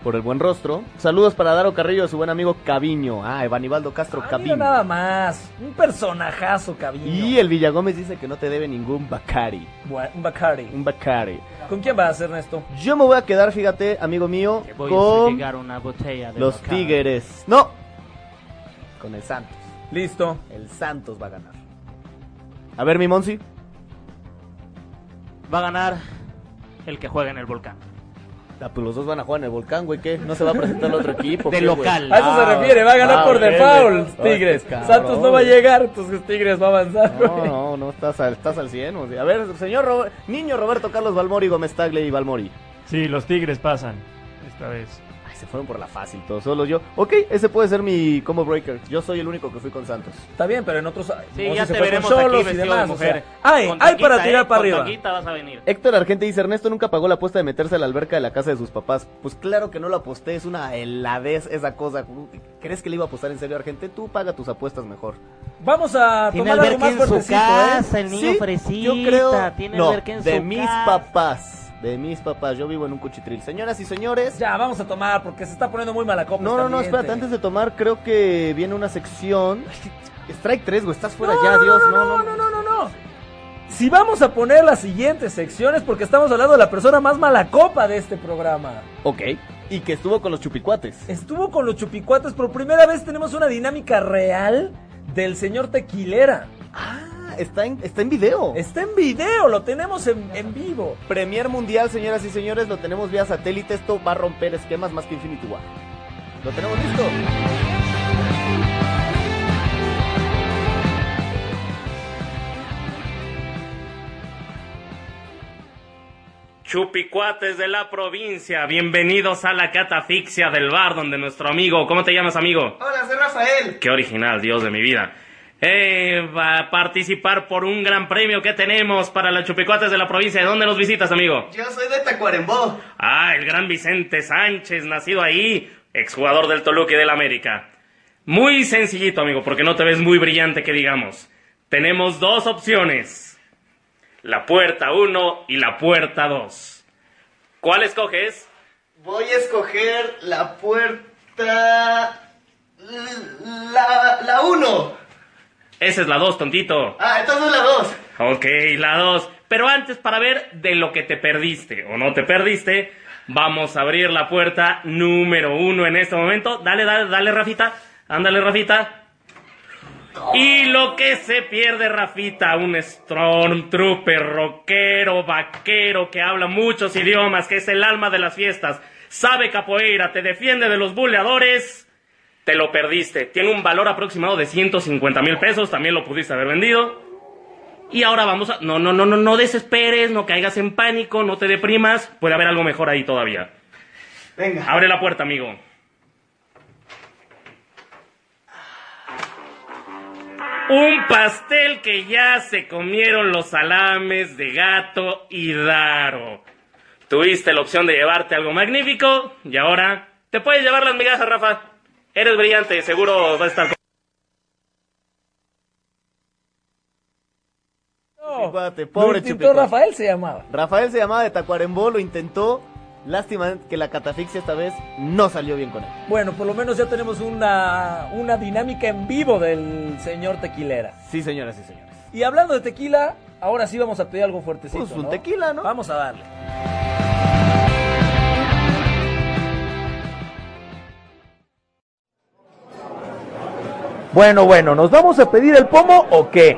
Por el buen rostro. Saludos para Daro Carrillo de su buen amigo Caviño. Ah, Evanibaldo Castro Ah, mira Caviño. nada más. Un personajazo, Caviño. Y el Villagómez dice que no te debe ningún Bacari. Bua- Un Bacari. Un Bacari. ¿Con quién vas, Ernesto? Yo me voy a quedar, fíjate, amigo mío, Te voy a con llegar una botella de los Bacardí. Tigres. No, con el Santos. Listo. El Santos va a ganar. A ver, mi Monsi. Va a ganar el que juega en el volcán. Ah, pues los dos van a jugar en el volcán, güey. ¿Qué? No se va a presentar el otro equipo. De qué, güey? local. A eso se Ah, refiere, va a ganar ah, por ok, default, güey. Tigres. Ay, cabrón, Santos no va a güey. llegar, entonces Tigres va a avanzar. No, güey. no, no, estás al, estás al 100. o sea. A ver, señor Robert- niño Roberto Carlos Balmori, Gómez Tagle y Balmori. Sí, los Tigres pasan esta vez. Ay, se fueron por la fácil, todos solo yo. Ok, ese puede ser mi combo breaker. Yo soy el único que fui con Santos. Está bien, pero en otros. Sí, no, ya si se te fue con veremos Cholos aquí y vestido de demás, o sea, mujer. hay, Con hay para taquita, tirar para ¿eh? Con arriba. taquita vas a venir. Héctor Argente dice, Ernesto nunca pagó la apuesta de meterse a la alberca de la casa de sus papás. Pues claro que no lo aposté, es una heladez esa cosa. ¿Crees que le iba a apostar en serio a Argente? Tú paga tus apuestas mejor. Vamos a Tiene tomar algo alberca más en su fuertecito, ¿eh? casa, Ah, el niño Sí, fresita. yo creo... Tiene no, alberca en su de mis casa. papás, de mis papás. Yo vivo en un cuchitril. Señoras y señores... Ya, vamos a tomar, porque se está poniendo muy mala pues copa. No, este no, no, ambiente. eh. espérate, antes de tomar creo que viene una sección... Strike 3, güey, estás fuera ya, Dios, no, no, no, no, no, no. Si vamos a poner las siguientes secciones, porque estamos hablando de la persona más mala copa de este programa. Ok, y que estuvo con los chupicuates. Estuvo con los chupicuates, por primera vez tenemos una dinámica real del señor Tequilera. Ah, está en, está en video. Está en video, lo tenemos en, en vivo. Premier Mundial, señoras y señores, lo tenemos vía satélite. Esto va a romper esquemas más que Infinity War. ¿Lo tenemos listo? Chupicuates de la provincia, bienvenidos a la catafixia del bar donde nuestro amigo, ¿cómo te llamas amigo? Hola, soy Rafael. Qué original, Dios de mi vida. Eh, va a participar por un gran premio que tenemos para los chupicuates de la provincia. ¿De dónde nos visitas, amigo? Yo soy de Tacuarembó. Ah, el gran Vicente Sánchez, nacido ahí, exjugador del Toluca y del América. Muy sencillito, amigo, porque no te ves muy brillante que digamos. Tenemos dos opciones. La puerta 1 y la puerta 2. ¿Cuál escoges? Voy a escoger la puerta... La... la 1. Esa es la 2, tontito. Ah, entonces la 2. Ok, la 2. Pero antes, para ver de lo que te perdiste o no te perdiste, vamos a abrir la puerta número 1 en este momento. Dale, dale, dale, Rafita. Ándale, Rafita. Y lo que se pierde, Rafita, un Stormtrooper, rockero, vaquero, que habla muchos idiomas, que es el alma de las fiestas, sabe capoeira, te defiende de los buleadores. Te lo perdiste. Tiene un valor aproximado de 150 mil pesos. También lo pudiste haber vendido. Y ahora vamos a... No, no, no, no, no desesperes, no caigas en pánico, no te deprimas. Puede haber algo mejor ahí todavía. Venga. Abre la puerta, amigo. Un pastel que ya se comieron los salames de gato y daro. Tuviste la opción de llevarte algo magnífico y ahora te puedes llevar las migajas, Rafa. Eres brillante, seguro vas a estar... con- Chupicuate, pobre Lo intentó Chupicuate. Rafael se llamaba. Rafael se llamaba de Tacuarembó, lo intentó. Lástima que la catafixia esta vez no salió bien con él. Bueno, por lo menos ya tenemos una, una dinámica en vivo del señor Tequilera. Sí, señoras y señores. Y hablando de tequila, ahora sí vamos a pedir algo fuertecito. Pues un tequila, ¿no? Vamos a darle. Bueno, bueno, ¿nos vamos a pedir el pomo o qué?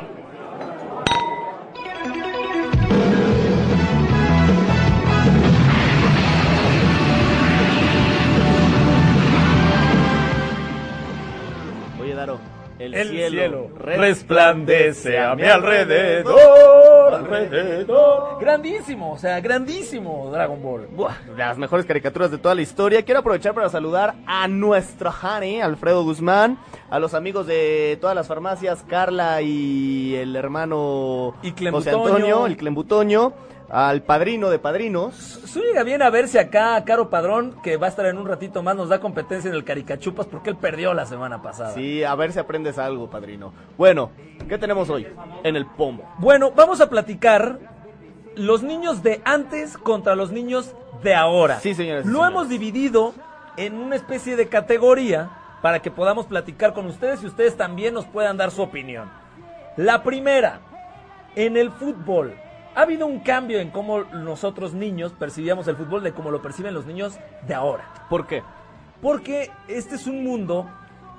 Oye, Daro, el, El cielo, cielo resplandece a mi alrededor. Grandísimo, o sea, grandísimo Dragon Ball. Buah, las mejores caricaturas de toda la historia. Quiero aprovechar para saludar a nuestro Honey, Alfredo Guzmán, a los amigos de todas las farmacias, Carla y el hermano Y José Clembutoño. Antonio, el Clembutoño, al padrino de padrinos. Zúñiga viene a verse acá a Caro Padrón, que va a estar en un ratito más, nos da competencia en el Caricachupas porque él perdió la semana pasada. Sí, a ver si aprendes algo, padrino. Bueno, ¿qué tenemos hoy? En el pomo. Bueno, vamos a platicar los niños de antes contra los niños de ahora. Sí, señores, sí, Lo señores. hemos dividido en una especie de categoría para que podamos platicar con ustedes y ustedes también nos puedan dar su opinión. La primera, en el fútbol. Ha habido un cambio en cómo nosotros niños percibíamos el fútbol de cómo lo perciben los niños de ahora. ¿Por qué? Porque este es un mundo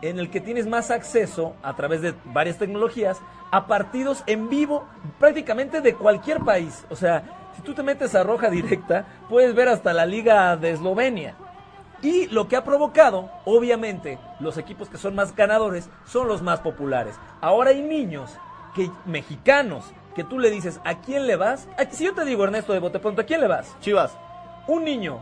en el que tienes más acceso a través de varias tecnologías a partidos en vivo prácticamente de cualquier país. O sea, si tú te metes a Roja Directa, puedes ver hasta la liga de Eslovenia. Y lo que ha provocado, obviamente, los equipos que son más ganadores son los más populares. Ahora hay niños que mexicanos que tú le dices, ¿a quién le vas? A- Si yo te digo, Ernesto de Bote Pronto, ¿a quién le vas? Chivas. un niño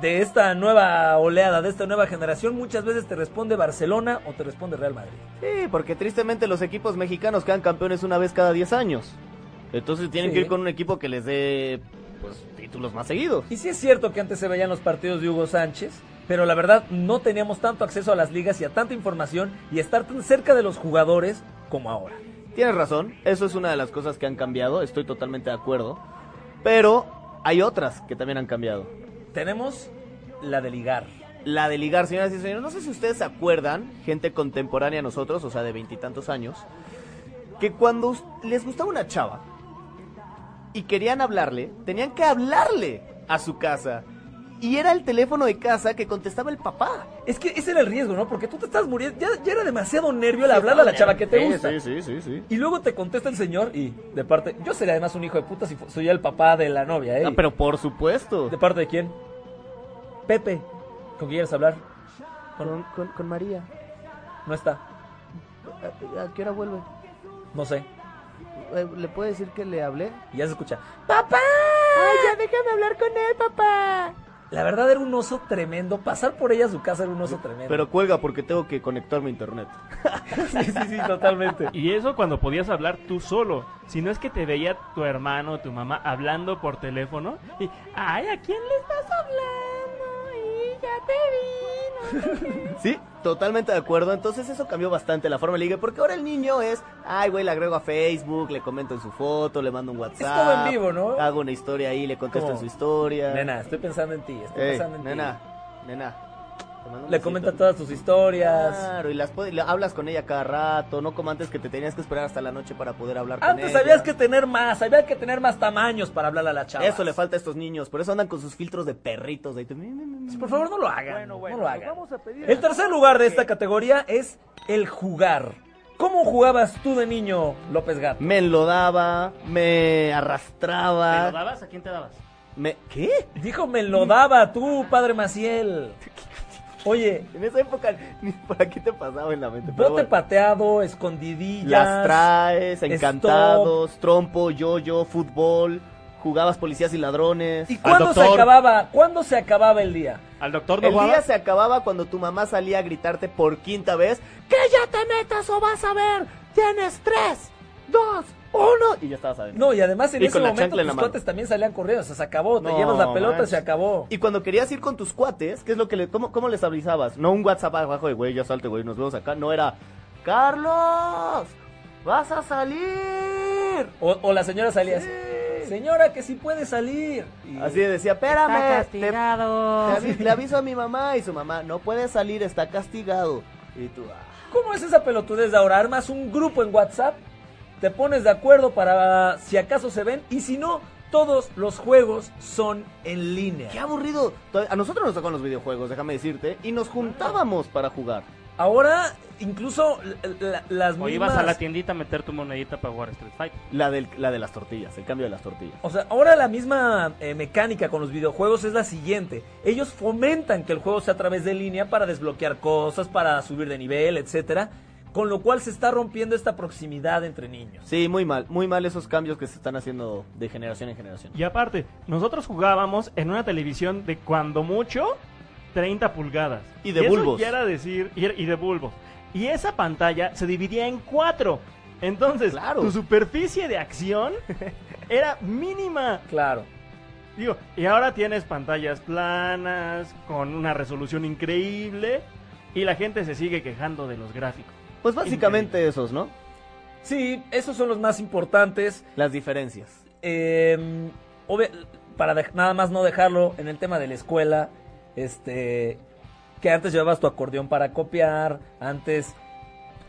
de esta nueva oleada, de esta nueva generación, muchas veces te responde Barcelona o te responde Real Madrid. Sí, porque tristemente los equipos mexicanos quedan campeones una vez cada 10 años. Entonces tienen Sí. que ir con un equipo que les dé pues, títulos más seguidos. Y sí es cierto que antes se veían los partidos de Hugo Sánchez, pero la verdad no teníamos tanto acceso a las ligas y a tanta información y estar tan cerca de los jugadores como ahora. Tienes razón, eso es una de las cosas que han cambiado, estoy totalmente de acuerdo. Pero hay otras que también han cambiado. Tenemos la de ligar. La de ligar, señoras y señores, no sé si ustedes se acuerdan, gente contemporánea a nosotros, o sea, de veintitantos años, que cuando us- les gustaba una chava y querían hablarle, tenían que hablarle a su casa. Y era el teléfono de casa que contestaba el papá. Es que ese era el riesgo, ¿no? Porque tú te estás muriendo, ya, ya era demasiado nervio el hablarle a la chava que te gusta. sí, sí, sí. Y luego te contesta el señor y, de parte, yo sería además un hijo de puta si fu- soy el papá de la novia, ¿eh? Ah, pero por supuesto. ¿De parte de quién? Pepe. ¿Con quién quieres hablar? Con- con, con María. No está. ¿A, a qué hora vuelve? No sé. Eh, ¿Le puedo decir que le hablé? Y ya se escucha. ¡Papá! Ay, ya déjame hablar con él, papá. La verdad era un oso tremendo. Pasar por ella a su casa era un oso tremendo. Pero cuelga porque tengo que conectar mi internet. sí, sí, sí, totalmente. Y eso cuando podías hablar tú solo. Si no es que te veía tu hermano o tu mamá hablando por teléfono. Y, ay, ¿a quién le estás hablando? Y ya te vi. no sé qué". Sí, totalmente de acuerdo. Entonces eso cambió bastante la forma de ligue porque ahora el niño es, ay, güey, le agrego a Facebook, le comento en su foto, le mando un WhatsApp. todo en vivo, ¿no? Hago una historia ahí, le contesto Como, en su historia. Nena, estoy pensando en ti. Estoy Ey, pensando en nena, ti. nena. te mando un Le besito. comenta todas tus historias. Claro, y las puede- le hablas con ella cada rato, no como antes que te tenías que esperar hasta la noche para poder hablar con Ah, Antes ella. habías que tener más. Había que tener más tamaños para hablar a la chava. Eso le falta a estos niños, por eso andan con sus filtros de perritos. De... Por favor, no lo hagan. no lo hagan. el tercer lugar de esta categoría es el jugar. ¿Cómo jugabas tú de niño, López Gato? Me enlodaba, me ¿Te lo arrastraba. dabas? ¿A quién te dabas? Me... ¿Qué? Dijo, me lo daba tú, padre Maciel. Oye, En esa época, ni por aquí te pasaba en la mente. pero bote bueno. pateado, escondidillas. Las traes, encantados, trompo, yo-yo, fútbol. Jugabas policías y ladrones. ¿Y cuándo se doctor. acababa? ¿Cuándo se acababa el día? Al doctor no El día jugabas? se acababa cuando tu mamá salía a gritarte por quinta vez que ya te metas o vas a ver. Tienes tres, dos, uno. Y ya estabas adentro. No, y además en Y ese con la momento chancla en la tus mano. cuates también salían corriendo. O sea, se acabó, te No, llevas la pelota, manches. se acabó. Y cuando querías ir con tus cuates, ¿qué es lo que le, cómo, cómo les avisabas? No un WhatsApp abajo de güey, ya salte, güey, nos vemos acá. No era Carlos, vas a salir. O, o la señora salía así, Señora, que si puede salir. Y- Así decía, espérame. te- te avi- le aviso a mi mamá y su mamá, no puede salir, está castigado. Y tú, ah. ¿Cómo es esa pelotudez de ahora? Armas un grupo en WhatsApp te pones de acuerdo para si acaso se ven y si no, todos los juegos son en línea. Qué aburrido. To- A nosotros nos tocan los videojuegos, déjame decirte. Y nos juntábamos para jugar. Ahora, incluso la- la- las O mismas... ibas a la tiendita a meter tu monedita para jugar Street Fighter. La, del, la de las tortillas, el cambio de las tortillas. O sea, ahora la misma eh, mecánica con los videojuegos es la siguiente. Ellos fomentan que el juego sea a través de línea para desbloquear cosas, para subir de nivel, etcétera, con lo cual se está rompiendo esta proximidad entre niños. Sí, muy mal, muy mal esos cambios que se están haciendo de generación en generación. Y aparte, nosotros jugábamos en una televisión de cuando mucho 30 pulgadas. Y de eso bulbos. ya era decir, y era- y de bulbos. Y esa pantalla se dividía en cuatro. Entonces, Claro. tu superficie de acción era mínima. Claro. Digo, y ahora tienes pantallas planas, con una resolución increíble, y la gente se sigue quejando de los gráficos. Pues básicamente esos, ¿no? Sí, esos son los más importantes. Las diferencias. Eh, obvia- para dej- nada más no dejarlo en el tema de la escuela, este, que antes llevabas tu acordeón para copiar, antes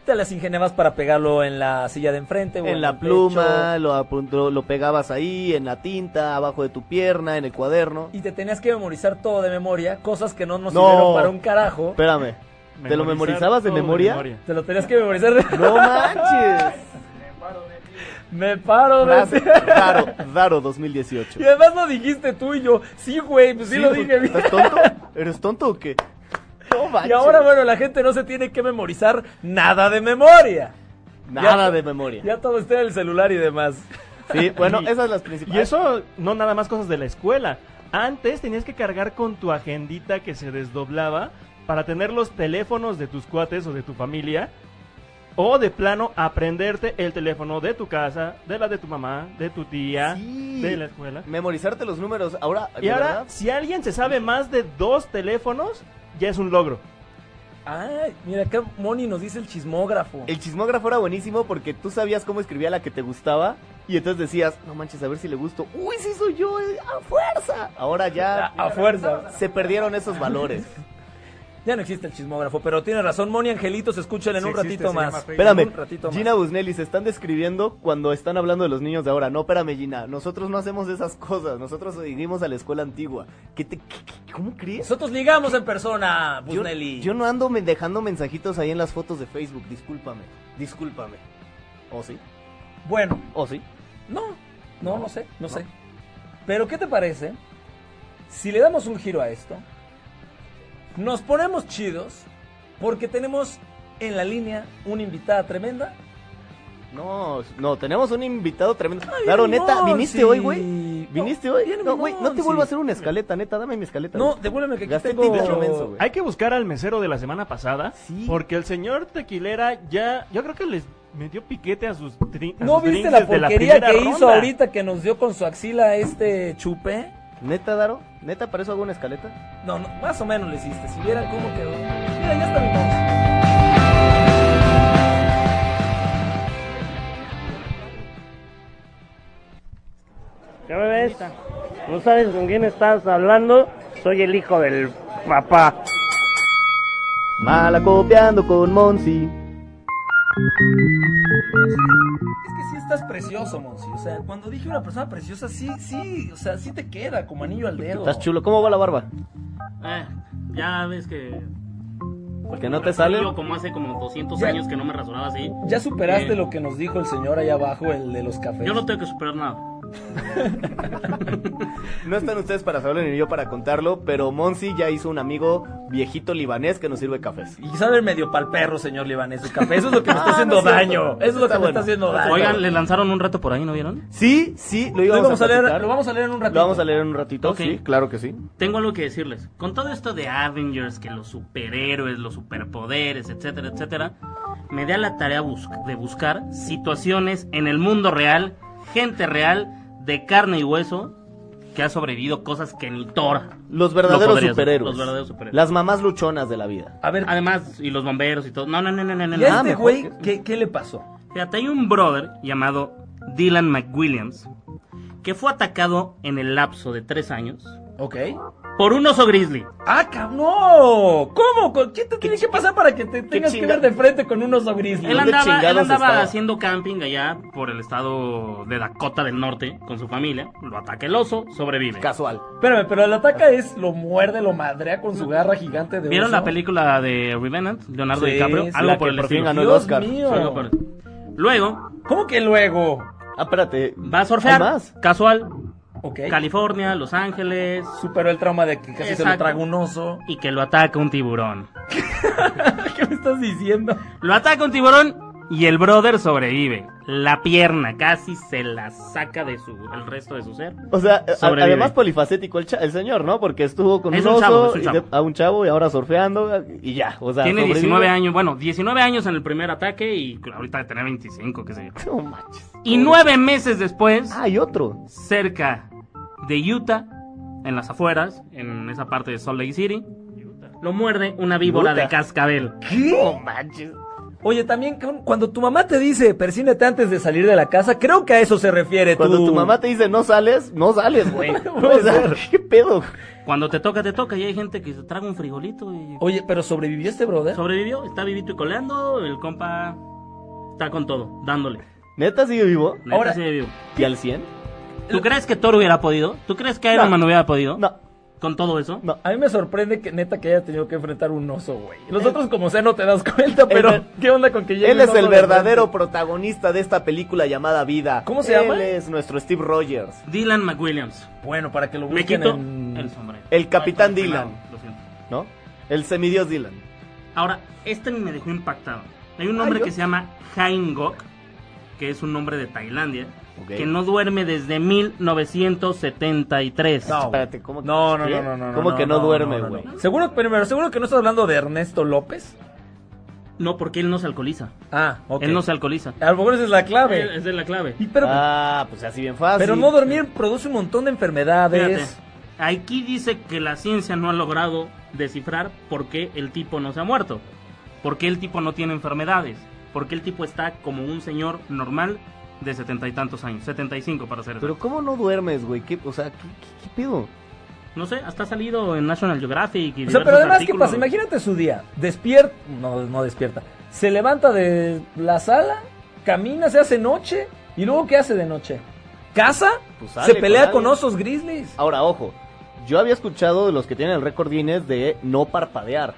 te las ingeniabas para pegarlo en la silla de enfrente. o En el la techo. pluma, lo, apun- lo- lo pegabas ahí, en la tinta, abajo de tu pierna, en el cuaderno. Y te tenías que memorizar todo de memoria, cosas que no nos No. sirvieron para un carajo. Espérame, ¿te lo Memorizar memorizabas de todo memoria? Te lo tenías que memorizar. de- ¡No manches! Me paro de... Frase, raro, raro 2018. Y además lo dijiste tú y yo. Sí, güey, pues sí, lo güey, dije bien. ¿Estás tonto? ¿Eres tonto o qué? No manches. Y ahora, bueno, la gente no se tiene que memorizar nada de memoria. Nada ya- de memoria. Ya todo está en el celular y demás. Sí, bueno, Y- esas son las Y principales. eso no nada más cosas de la escuela. Antes tenías que cargar con tu agendita que se desdoblaba para tener los teléfonos de tus cuates o de tu familia. O de plano aprenderte el teléfono de tu casa, de la de tu mamá, de tu tía, Sí. de la escuela. Memorizarte los números. Ahora, Y de ahora, verdad, si alguien se sabe más de dos teléfonos, ya es un logro. Ay, mira, acá Moni nos dice el chismógrafo. el chismógrafo era buenísimo porque tú sabías cómo escribía la que te gustaba. Y entonces decías, no manches, a ver si le gusto. Uy, sí soy yo, eh, a fuerza. Ahora A, ya a fuerza. se perdieron esos valores. Ya no existe el chismógrafo, pero tiene razón. Moni Angelitos, escúchale en un ratito más. Espérame, Un ratito más. Gina Busnelli, se están describiendo cuando están hablando de los niños de ahora. No, espérame, Gina, nosotros no hacemos esas cosas. Nosotros seguimos a la escuela antigua. ¿Qué te, qué- qué- ¿Cómo crees? Nosotros ligamos en persona, Yo, Busnelli. yo no ando me- dejando mensajitos ahí en las fotos de Facebook. Discúlpame, discúlpame. ¿O sí? Bueno, ¿O sí? no, no, no sé, no sé. Pero, ¿qué te parece si le damos un giro a esto? Nos ponemos chidos porque tenemos en la línea una invitada tremenda. No, no, tenemos un invitado tremendo. bien Claro, neta, mimón, ¿viniste sí. hoy, güey? ¿Viniste No, hoy? bien No, güey, no mimón, te vuelvo a sí. hacer una escaleta, neta, dame mi escaleta. No, güey. devuélveme que aquí Gasté tengo- tinta inmenso, güey. Hay que buscar al mesero de la semana pasada. Sí. Porque el señor tequilera ya. Yo creo que les metió piquete a sus. drin- a ¿No sus viste drinks la desde porquería primera que hizo ronda. ahorita que nos dio con su axila este chupe? ¿Neta, Daro? ¿Neta, para eso hago una escaleta? No, no, más o menos le hiciste. Si vieran cómo quedó. Mira, ya está mi voz. ¿Ya me ves? ¿No sabes con quién estás hablando? Soy el hijo del papá. Malacopiando con Monsi. Es que sí estás precioso, Monsi. O sea, cuando dije una persona preciosa, sí, sí, o sea, sí te queda como anillo al dedo. Estás chulo. ¿Cómo va la barba? Ah, ya ves que. Porque no te sale. Yo como hace como 200 Ya. años que no me rasuraba así. Ya superaste Eh, lo que nos dijo el señor allá abajo, el de los cafés. Yo no tengo que superar nada. No están ustedes para saberlo ni yo para contarlo, pero Monsi ya hizo un amigo viejito libanés que nos sirve cafés. Y sabe medio pal perro, señor libanés, su café. Eso es lo que me está Ah, haciendo no es cierto. daño. Eso es lo que Está me bueno. está haciendo daño. Oigan, le lanzaron un reto por ahí, ¿no vieron? Sí, sí, lo lo, íbamos íbamos a leer- platicar. lo vamos a leer en un ratito. Lo vamos a leer en un ratito, Ok. sí, claro que sí. Tengo algo que decirles. Con todo esto de Avengers, que los superhéroes, los superpoderes, etcétera, etcétera, me da la tarea bus- de buscar situaciones en el mundo real, gente real, de carne y hueso, que ha sobrevivido cosas que ni Tora. Los verdaderos podrías- superhéroes. los verdaderos superhéroes. Las mamás luchonas de la vida. A ver, Además, y los bomberos y todo. No, no, no, no, no, Ah, no. ¿y a Ah, este mejor güey que- qué, qué le pasó? Fíjate, hay un brother llamado Dylan McWilliams que fue atacado en el lapso de tres años Ok. por un oso grizzly. ¡Ah, cabrón! ¡No! ¿Cómo? ¿Con- ¿Qué te tiene que pasar para que te tengas que ver de frente con un oso grizzly? Él andaba, él andaba haciendo camping allá por el estado de Dakota del Norte con su familia. Lo ataca el oso, sobrevive. Casual. Espérame, pero el ataca es lo muerde, lo madrea con su garra gigante de ¿Vieron oso. la película de Revenant? Leonardo Sí, DiCaprio. sí, Algo la por que el por fin estilo. ganó el Dios Oscar. mío. Algo por- Luego. ¿Cómo que luego? Ah, espérate. Va a surfear. ¿Hay más? Casual. Ok. California, Los Ángeles. Superó el trauma de que casi se lo traga un oso. Y que lo ataca un tiburón. ¿Qué me estás diciendo? Lo ataca un tiburón y el brother sobrevive. La pierna casi se la saca de su, el resto de su ser. O sea, a- Sobrevive. además polifacético el, cha- el señor, ¿no? Porque estuvo con Es un, un chavo, oso es un y chavo. de- a un chavo y ahora surfeando y ya. O sea, Tiene sobrevive. 19 años, bueno, 19 años en el primer ataque y ahorita tener 25, qué sé yo. No manches. Y nueve meses después, Ah, y otro. cerca de Utah, en las afueras, en esa parte de Salt Lake City, lo muerde una víbora Utah. de cascabel. ¿Qué? manches. Oye, también con- cuando tu mamá te dice persínete antes de salir de la casa, creo que a eso se refiere Cuando tú. tu mamá te dice no sales, no sales, güey. o Puede sea, ser. ¿qué pedo? Cuando te toca, te toca. Y hay gente que se traga un frijolito y Oye, pero sobrevivió este brother. sobrevivió, está vivito y coleando. El compa está con todo, dándole. ¿Neta sigue vivo? Neta, Ahora- sí, vivo. ¿Y al 100? ¿Tú crees que Thor hubiera podido? ¿Tú crees que Iron No. Man hubiera podido? No. Con todo eso. A mí me sorprende que neta que haya tenido que enfrentar un oso, Eh. güey. Nosotros como sea no te das cuenta, pero el- ¿qué onda con que llegue Él un es oso el de verdadero frente? protagonista de esta película llamada Vida. ¿Cómo se llama? Él es nuestro Steve Rogers. Dylan McWilliams. Bueno, para que lo Me busquen quito en- el sombrero. El capitán Ay, Dylan. pelado, lo siento. ¿No? El semidios Dylan. Ahora, este me dejó impactado. Hay un Ah, hombre yo- que se llama Haingok, que es un hombre de Tailandia, Ok. que no duerme desde 1973. No, güey. Espérate, ¿cómo que- no, no, ¿Qué? no, no, no, ¿Cómo que no duerme, güey? Seguro, primero, seguro que no estás hablando de Ernesto López. No, porque él no se alcoholiza. Ah, ok. Él no se alcoholiza. A lo mejor esa es la clave. Él- Esa es la clave. Y pero, Ah, pues así bien fácil. pero no dormir produce un montón de Fíjate, enfermedades. aquí dice que la ciencia no ha logrado descifrar por qué el tipo no se ha muerto, por qué el tipo no tiene enfermedades, por qué el tipo está como un señor normal de setenta y tantos años, 75 para ser Pero ¿cómo no duermes, güey? ¿Qué, o sea, ¿qué, qué- qué pedo? No sé, hasta ha salido en National Geographic y O sea, diversos pero además, ¿qué artículos. pasa? Imagínate su día. Despierta. No, no despierta. Se levanta de la sala, camina, se hace noche. ¿Y luego qué hace de noche? ¿Casa? Pues sale se con Ah, pelea con, alguien. osos grizzlies. Ahora, ojo. Yo había escuchado de los que tienen el récord Guinness de no parpadear.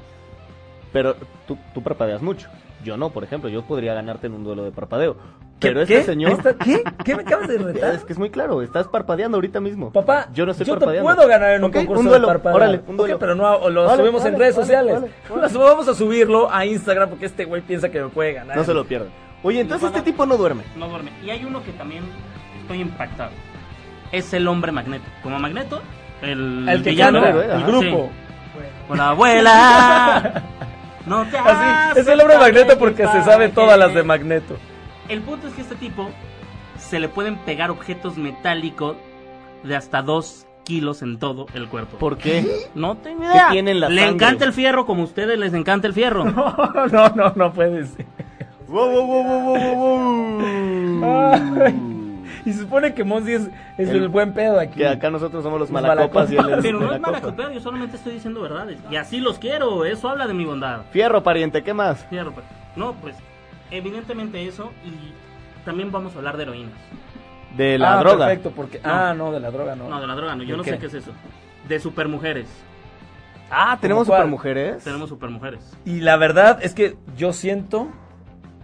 Pero tú, tú parpadeas mucho. Yo no, por ejemplo. Yo podría ganarte en un duelo de parpadeo. ¿Qué- Pero este qué? señor... Esta- ¿Qué? ¿Qué me acabas de Es retar? que es muy claro, estás parpadeando ahorita mismo. Papá, yo no estoy yo te parpadeando. puedo ganar en un Ok, concurso duelo, de parpadeo. Órale, un Ok, duelo. pero no lo Órale, subimos en órale, redes órale, sociales. órale, órale. Lo sub- Vamos a subirlo a Instagram porque este güey piensa que me puede ganar. No se lo pierdan. Oye, entonces van a- este tipo no duerme. No duerme. Y hay uno que también estoy impactado. Es el hombre magneto. Como magneto, el, El que villano. gana, Ajá. el grupo. Sí. Con la abuela. No te Así, Ah, es haces el hombre pa' Magneto que porque te se sabe pa' todas que- las de Magneto. El punto es que este tipo se le pueden pegar objetos metálicos de hasta 2 kilos en todo el cuerpo. ¿Por qué? No tengo ¿Qué idea. tiene en la le sangre? encanta el fierro como a ustedes les encanta el fierro. No, no, no, no puede ser. Wow, wow, wow, wow, wow, wow, wow. Ay, y se supone que Monsi es, es el, El- buen pedo aquí. Que acá nosotros somos los Los malacopas y él es Pero no es malacopa. mala copia, yo solamente estoy diciendo verdades. Y así los quiero, eso habla de mi bondad. Fierro, pariente, ¿qué más? Fierro, pues. No, pues, evidentemente eso. Y también vamos a hablar de heroínas. De ah, la droga. Perfecto, porque. Ah, no, de la droga no. No, de la droga, no. Yo ¿De no qué? sé qué es eso. De supermujeres. Ah, ¿tenemos ¿Cuál? supermujeres? Tenemos supermujeres. Y la verdad es que yo siento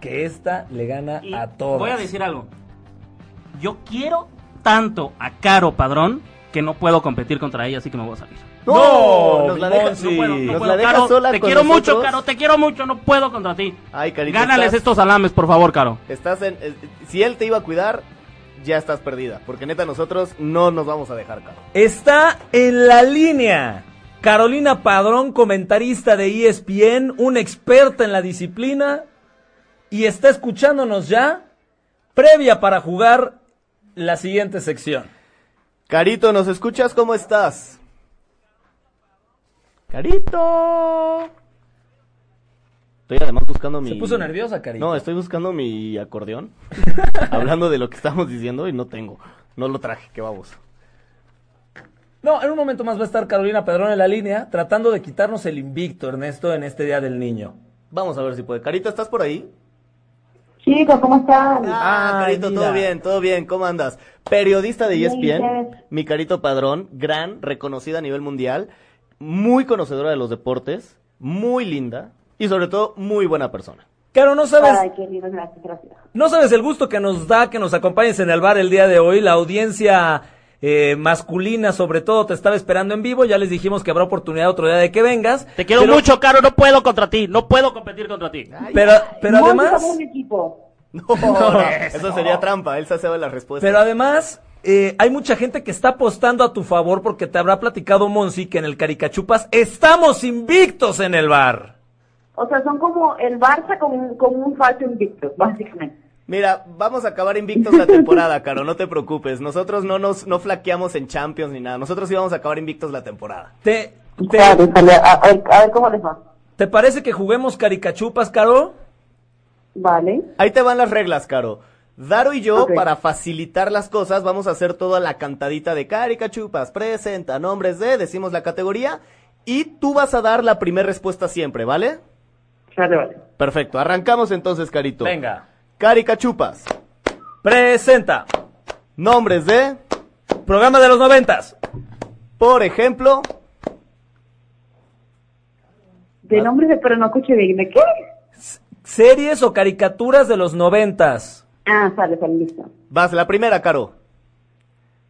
que esta le gana Y a todos. Voy a decir algo. Yo quiero tanto a Caro Padrón que no puedo competir contra ella, así que me voy a salir. No, nos la mi deja, Monsi. no puedo, no No nos puedo, la deja Caro, sola te con quiero mucho, nosotros. Caro, te quiero mucho, no puedo contra ti. Ay, carita, Gánales estás- estos salames, por favor, Caro. Estás en... eh, Si él te iba a cuidar, ya estás perdida. Porque neta, nosotros no nos vamos a dejar, caro. Está en la línea. Carolina Padrón, comentarista de E ESPN, una experta en la disciplina, y está escuchándonos ya, previa para jugar la siguiente sección. Carito, ¿nos escuchas? ¿Cómo estás? Carito. Estoy además buscando mi... Se puso nerviosa, Carito. No, estoy buscando mi acordeón. Hablando de lo que estamos diciendo y no tengo. No lo traje, qué baboso. No, en un momento más va a estar Carolina Pedrón en la línea tratando de quitarnos el invicto, Ernesto, en este Día del Niño. Vamos a ver si puede. Carita, ¿estás por ahí? Chicos, ¿cómo están? Ah, Carito, todo bien, todo bien, ¿cómo andas? Periodista de E ESPN, Bien, gracias. mi Carito Padrón, gran, reconocida a nivel mundial, muy conocedora de los deportes, muy linda y sobre todo muy buena persona. Caro, no sabes, Ay, qué lindo, gracias, gracias. no sabes el gusto que nos da que nos acompañes en el bar el día de hoy. La audiencia eh, masculina, sobre todo, te estaba esperando en vivo. Ya les dijimos que habrá oportunidad otro día de que vengas. Te quiero Pero- mucho, Caro, no puedo contra ti, no puedo competir contra ti. Ah, Pero, pero Monty además. formó un equipo. No, no, eso sería trampa, él se hace la respuesta. Pero además, eh, hay mucha gente que está apostando a tu favor porque te habrá platicado Monsi que en el Caricachupas estamos invictos en el bar. O sea, son como el Barça con, con un falso invicto, básicamente. Mira, vamos a acabar invictos la temporada, Caro, no te preocupes. Nosotros no nos no flaqueamos en Champions ni nada. Nosotros íbamos a acabar invictos la temporada. ¿Te, te, Claro, sale- a, a ver, a ver cómo les va. te parece que juguemos Caricachupas, Caro? Vale. Ahí te van las reglas, Caro. Daro y yo, Ok. para facilitar las cosas, vamos a hacer toda la cantadita de caricachupas, presenta nombres de, decimos la categoría, y tú vas a dar la primera respuesta siempre, ¿vale? Sale, vale. Perfecto, arrancamos entonces, Carito. Venga. Caricachupas, Presenta. nombres de, Programa de los noventas. por ejemplo, Ah. De nombres de, pero no escuché bien. ¿De qué? Series o caricaturas de los noventas. Ah, sale, sale, listo. vas, la primera, Caro.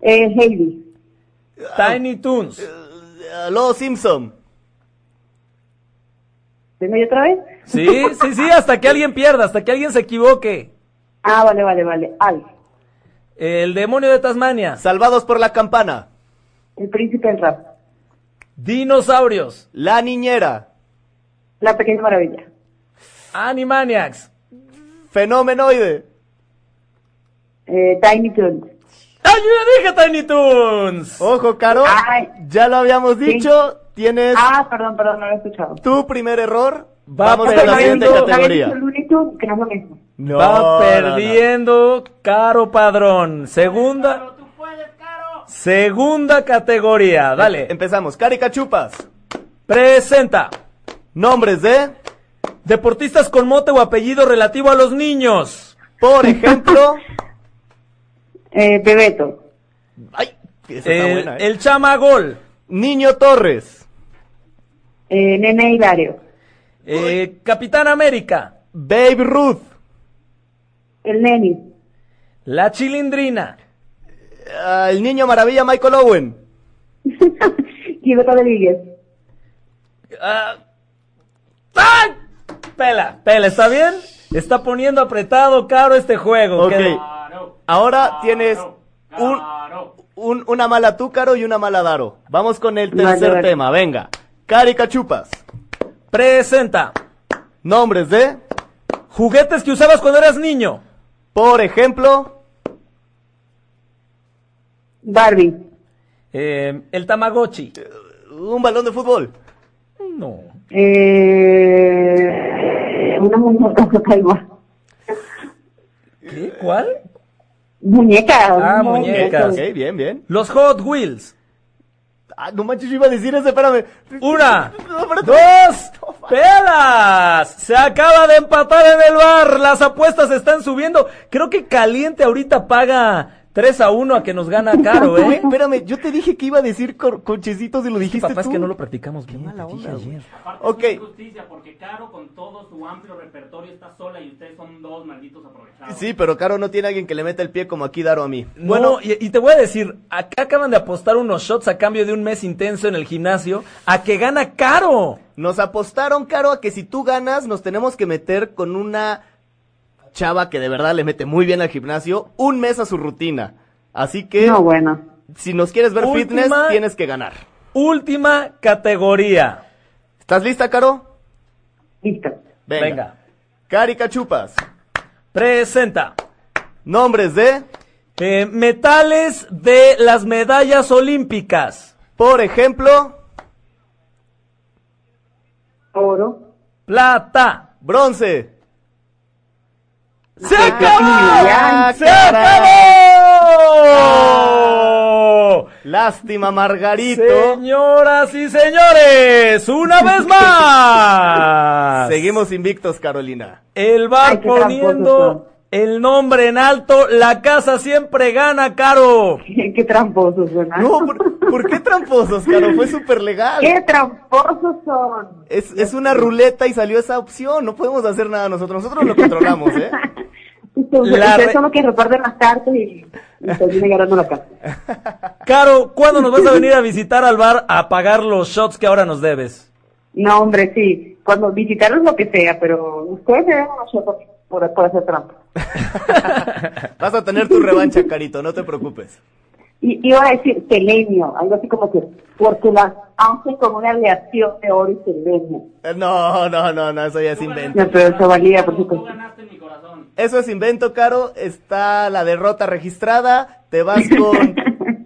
Eh, Heidi. Tiny Toons. Eh, Los Simpson. ¿Vengo yo otra vez? Sí, sí, sí, hasta que alguien pierda, hasta que alguien se equivoque. Ah, vale, vale, vale. Al. El demonio de Tasmania. Salvados por la campana. El príncipe del rap. Dinosaurios. La niñera. La pequeña maravilla. Animaniacs. Fenomenoide. Eh, Tiny Toons. ¡Ay, yo ya dije Tiny Toons! Ojo, Caro. Ay. Ya lo habíamos dicho. Tienes Ah, perdón, perdón, no lo he escuchado. tu primer error. Va Vamos a la siguiente perdiendo. categoría. Looney Tunes, que no es lo mismo. No, Va no, no. perdiendo Caro Padrón. Segunda, tú puedes, Caro. segunda categoría. Dale. Empezamos. Caricachupas. Presenta. Nombres de, Deportistas con mote o apellido relativo a los niños. por ejemplo. Eh, Bebeto. Ay, esa está El, buena, ¿eh? el Chamagol. Niño Torres. Eh, Nene Hilario. Eh, Capitán América. Babe Ruth. El Neni. La Chilindrina. Ah, el niño maravilla Michael Owen. Gilberto Rodríguez. Ah. ¡Ay! Pela, pela, ¿está bien? Está poniendo apretado caro este juego. Ok. que- Ahora tienes un, un- una mala tú, Caro, y una mala Daro. Vamos con el tercer Vale, vale. tema, venga. Caricachupas. Presenta. Nombres de, Juguetes que usabas cuando eras niño. por ejemplo, Barbie. Eh, el Tamagotchi. un balón de fútbol. No. Eh, una muñeca que caigo. ¿Qué? ¿Cuál? Muñeca. Ah, una muñeca. Ok, ok, bien, bien. Los Hot Wheels. Ah, no manches, yo iba a decir eso, espérame. Una, No, espérate. dos, pelas. Se acaba de empatar en el bar. Las apuestas están subiendo. Creo que Caliente ahorita paga 3 a 1 a que nos gana Caro, Güey, ¿eh? espérame, yo te dije que iba a decir cor- conchecitos y lo dijiste Papá, es tú. que no lo practicamos bien. te dije ayer. Aparte Ok. es injusticia, porque Caro con todo su amplio repertorio está sola y ustedes son dos malditos aprovechados. Sí, pero Caro no tiene alguien que le meta el pie como aquí Daro a mí. No, y, y te voy a decir, acá acaban de apostar unos shots a cambio de un mes intenso en el gimnasio a que gana Caro. Nos apostaron, Caro, a que si tú ganas, nos tenemos que meter con una chava que de verdad le mete muy bien al gimnasio, un mes a su rutina. Así que, No, bueno. si nos quieres ver Última- fitness, tienes que ganar. Última categoría. ¿Estás lista, Caro? Listo. Venga. Caricachupas. Presenta. Nombres de, Eh, metales de las medallas olímpicas. por ejemplo, Oro. Plata. bronce. ¡Se Ah, acabó! ya, ¡Se acabó! Lástima, Margarito. Señoras y señores, una vez más. Seguimos invictos, Carolina. El bar poniendo el nombre en alto, la casa siempre gana, Caro. Qué tramposos son. No, ¿por, por qué tramposos, Caro? Fue súper legal. Qué tramposos son. Es, es una ruleta y salió esa opción. No podemos hacer nada nosotros. Nosotros lo controlamos, ¿eh? La Ustedes re- son los que reparten las cartas y, y terminan ganando la casa. Caro, ¿cuándo nos vas a venir a visitar al bar a pagar los shots que ahora nos debes? No, hombre, sí. Cuando visitarlos lo que sea, pero ustedes se dejan nosotros por, por hacer trampa. Vas a tener tu revancha, Carito, no te preocupes. Y iba a decir selenio, algo así como que, porque las hacen con una aleación de oro y selenio. Eh, No, no, no, no, eso ya es invento. No, pero eso valía, por supuesto. Eso es invento, Caro. Está la derrota registrada. Te vas con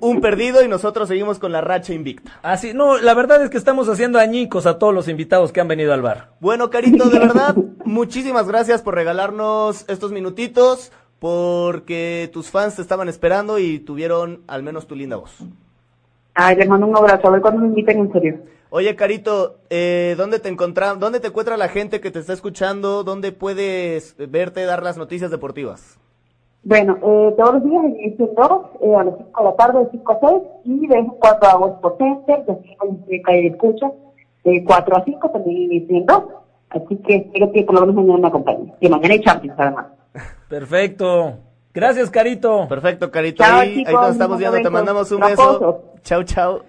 un perdido y nosotros seguimos con la racha invicta. Así, no, la verdad es que estamos haciendo añicos a todos los invitados que han venido al bar. Bueno, Carito, de verdad, muchísimas gracias por regalarnos estos minutitos, porque tus fans te estaban esperando y tuvieron al menos tu linda voz. Ay, les mando un abrazo, a ver cuándo me inviten en serio. Oye, Carito, eh, ¿dónde te encontra, dónde te encuentra la gente que te está escuchando? ¿Dónde puedes verte dar las noticias deportivas? Bueno, eh, todos los días en Edición 2, eh, a las 5 de la tarde, de 5 a 6, y de vez en cuando hago Sport Center, de 5 a calle de escucha, de 4 a 5 también en Edición 2. Así que espero que por lo menos mañana me acompañen. Y mañana hay Champions, además. Perfecto. Gracias, Carito. Perfecto, Carito. Chao, ahí, ahí chicos, nos estamos nos viendo. Te vemos. mandamos un Tramposos. beso. Chao, chao.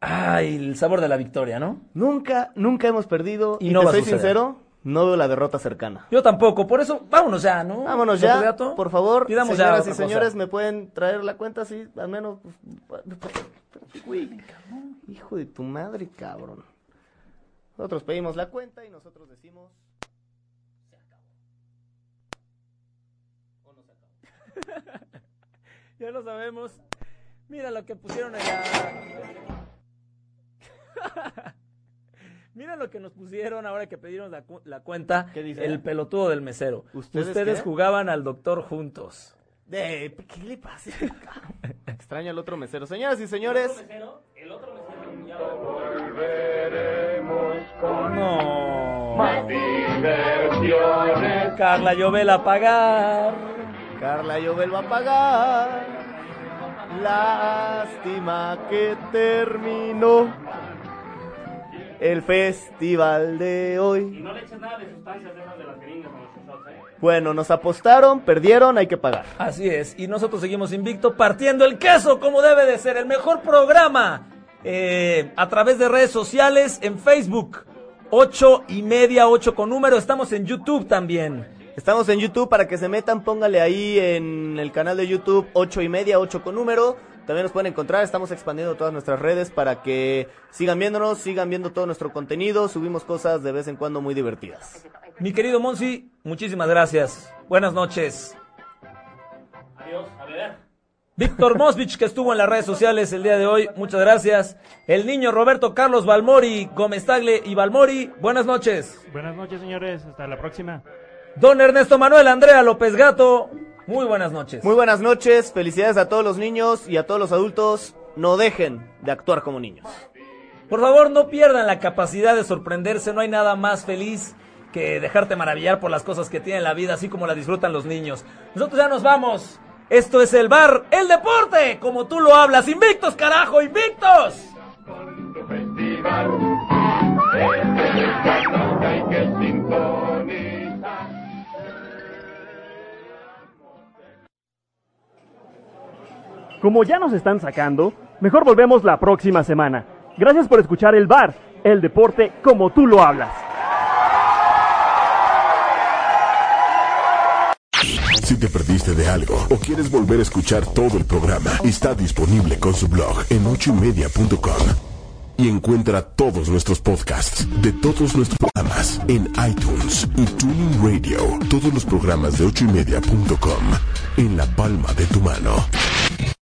Ay, el sabor de la victoria, ¿no? Nunca, nunca hemos perdido. Y Y, no te va a soy suceder. sincero, no veo la derrota cercana. Yo tampoco, por eso vámonos ya, ¿no? Vámonos Doctor ya, Gato. por favor. Pidamos ya señoras otra y cosa. señores, ¿me pueden traer la cuenta? Sí, al menos. pues, Güey, cabrón, hijo de tu madre, cabrón. Nosotros pedimos la cuenta y nosotros decimos. Ya lo sabemos. Mira lo que pusieron en la. Mira lo que nos pusieron ahora que pedimos la, cu- la cuenta. El pelotudo del mesero. Ustedes, ¿Ustedes qué? jugaban al doctor juntos. "Eh, ¿Qué le pasa? cabrón?" Extraño al otro mesero. Señoras y señores. No. diversiones. Carla Llobel a pagar. Carla Llobel va a pagar. Lástima que terminó el festival de hoy. Y no le eches nada de sustancias de esas de las gringas, como los shots, ¿eh? Bueno, nos apostaron, perdieron, hay que pagar. Así es. Y nosotros seguimos invicto partiendo el queso como debe de ser. El mejor programa. eh, a través de redes sociales en Facebook. Ocho y media, ocho con número. Estamos en YouTube también. Estamos en YouTube, para que se metan, póngale ahí en el canal de YouTube 8 y media, 8 con número. También nos pueden encontrar, estamos expandiendo todas nuestras redes para que sigan viéndonos, sigan viendo todo nuestro contenido, subimos cosas de vez en cuando muy divertidas. Mi querido Monsi, muchísimas gracias. Buenas noches. Adiós, a beber. Víctor Mosvich, que estuvo en las redes sociales el día de hoy, muchas gracias. El niño Roberto Carlos Balmori, Gómez Tagle y Balmori, buenas noches. Buenas noches, señores. Hasta la próxima. Don Ernesto Manuel Andrea López Gato, muy buenas noches. Muy buenas noches, felicidades a todos los niños y a todos los adultos. No dejen de actuar como niños. Por favor, no pierdan la capacidad de sorprenderse, no hay nada más feliz que dejarte maravillar por las cosas que tiene la vida, así como la disfrutan los niños. Nosotros ya nos vamos. Esto es el bar, el deporte, como tú lo hablas. Invictos, carajo, invictos. Como ya nos están sacando, mejor volvemos la próxima semana. Gracias por escuchar el bar, el deporte como tú lo hablas. Si te perdiste de algo o quieres volver a escuchar todo el programa, está disponible con su blog en ochoymedia.com. Y encuentra todos nuestros podcasts de todos nuestros programas en iTunes y Tuning Radio. Todos los programas de ochoymedia.com en la palma de tu mano.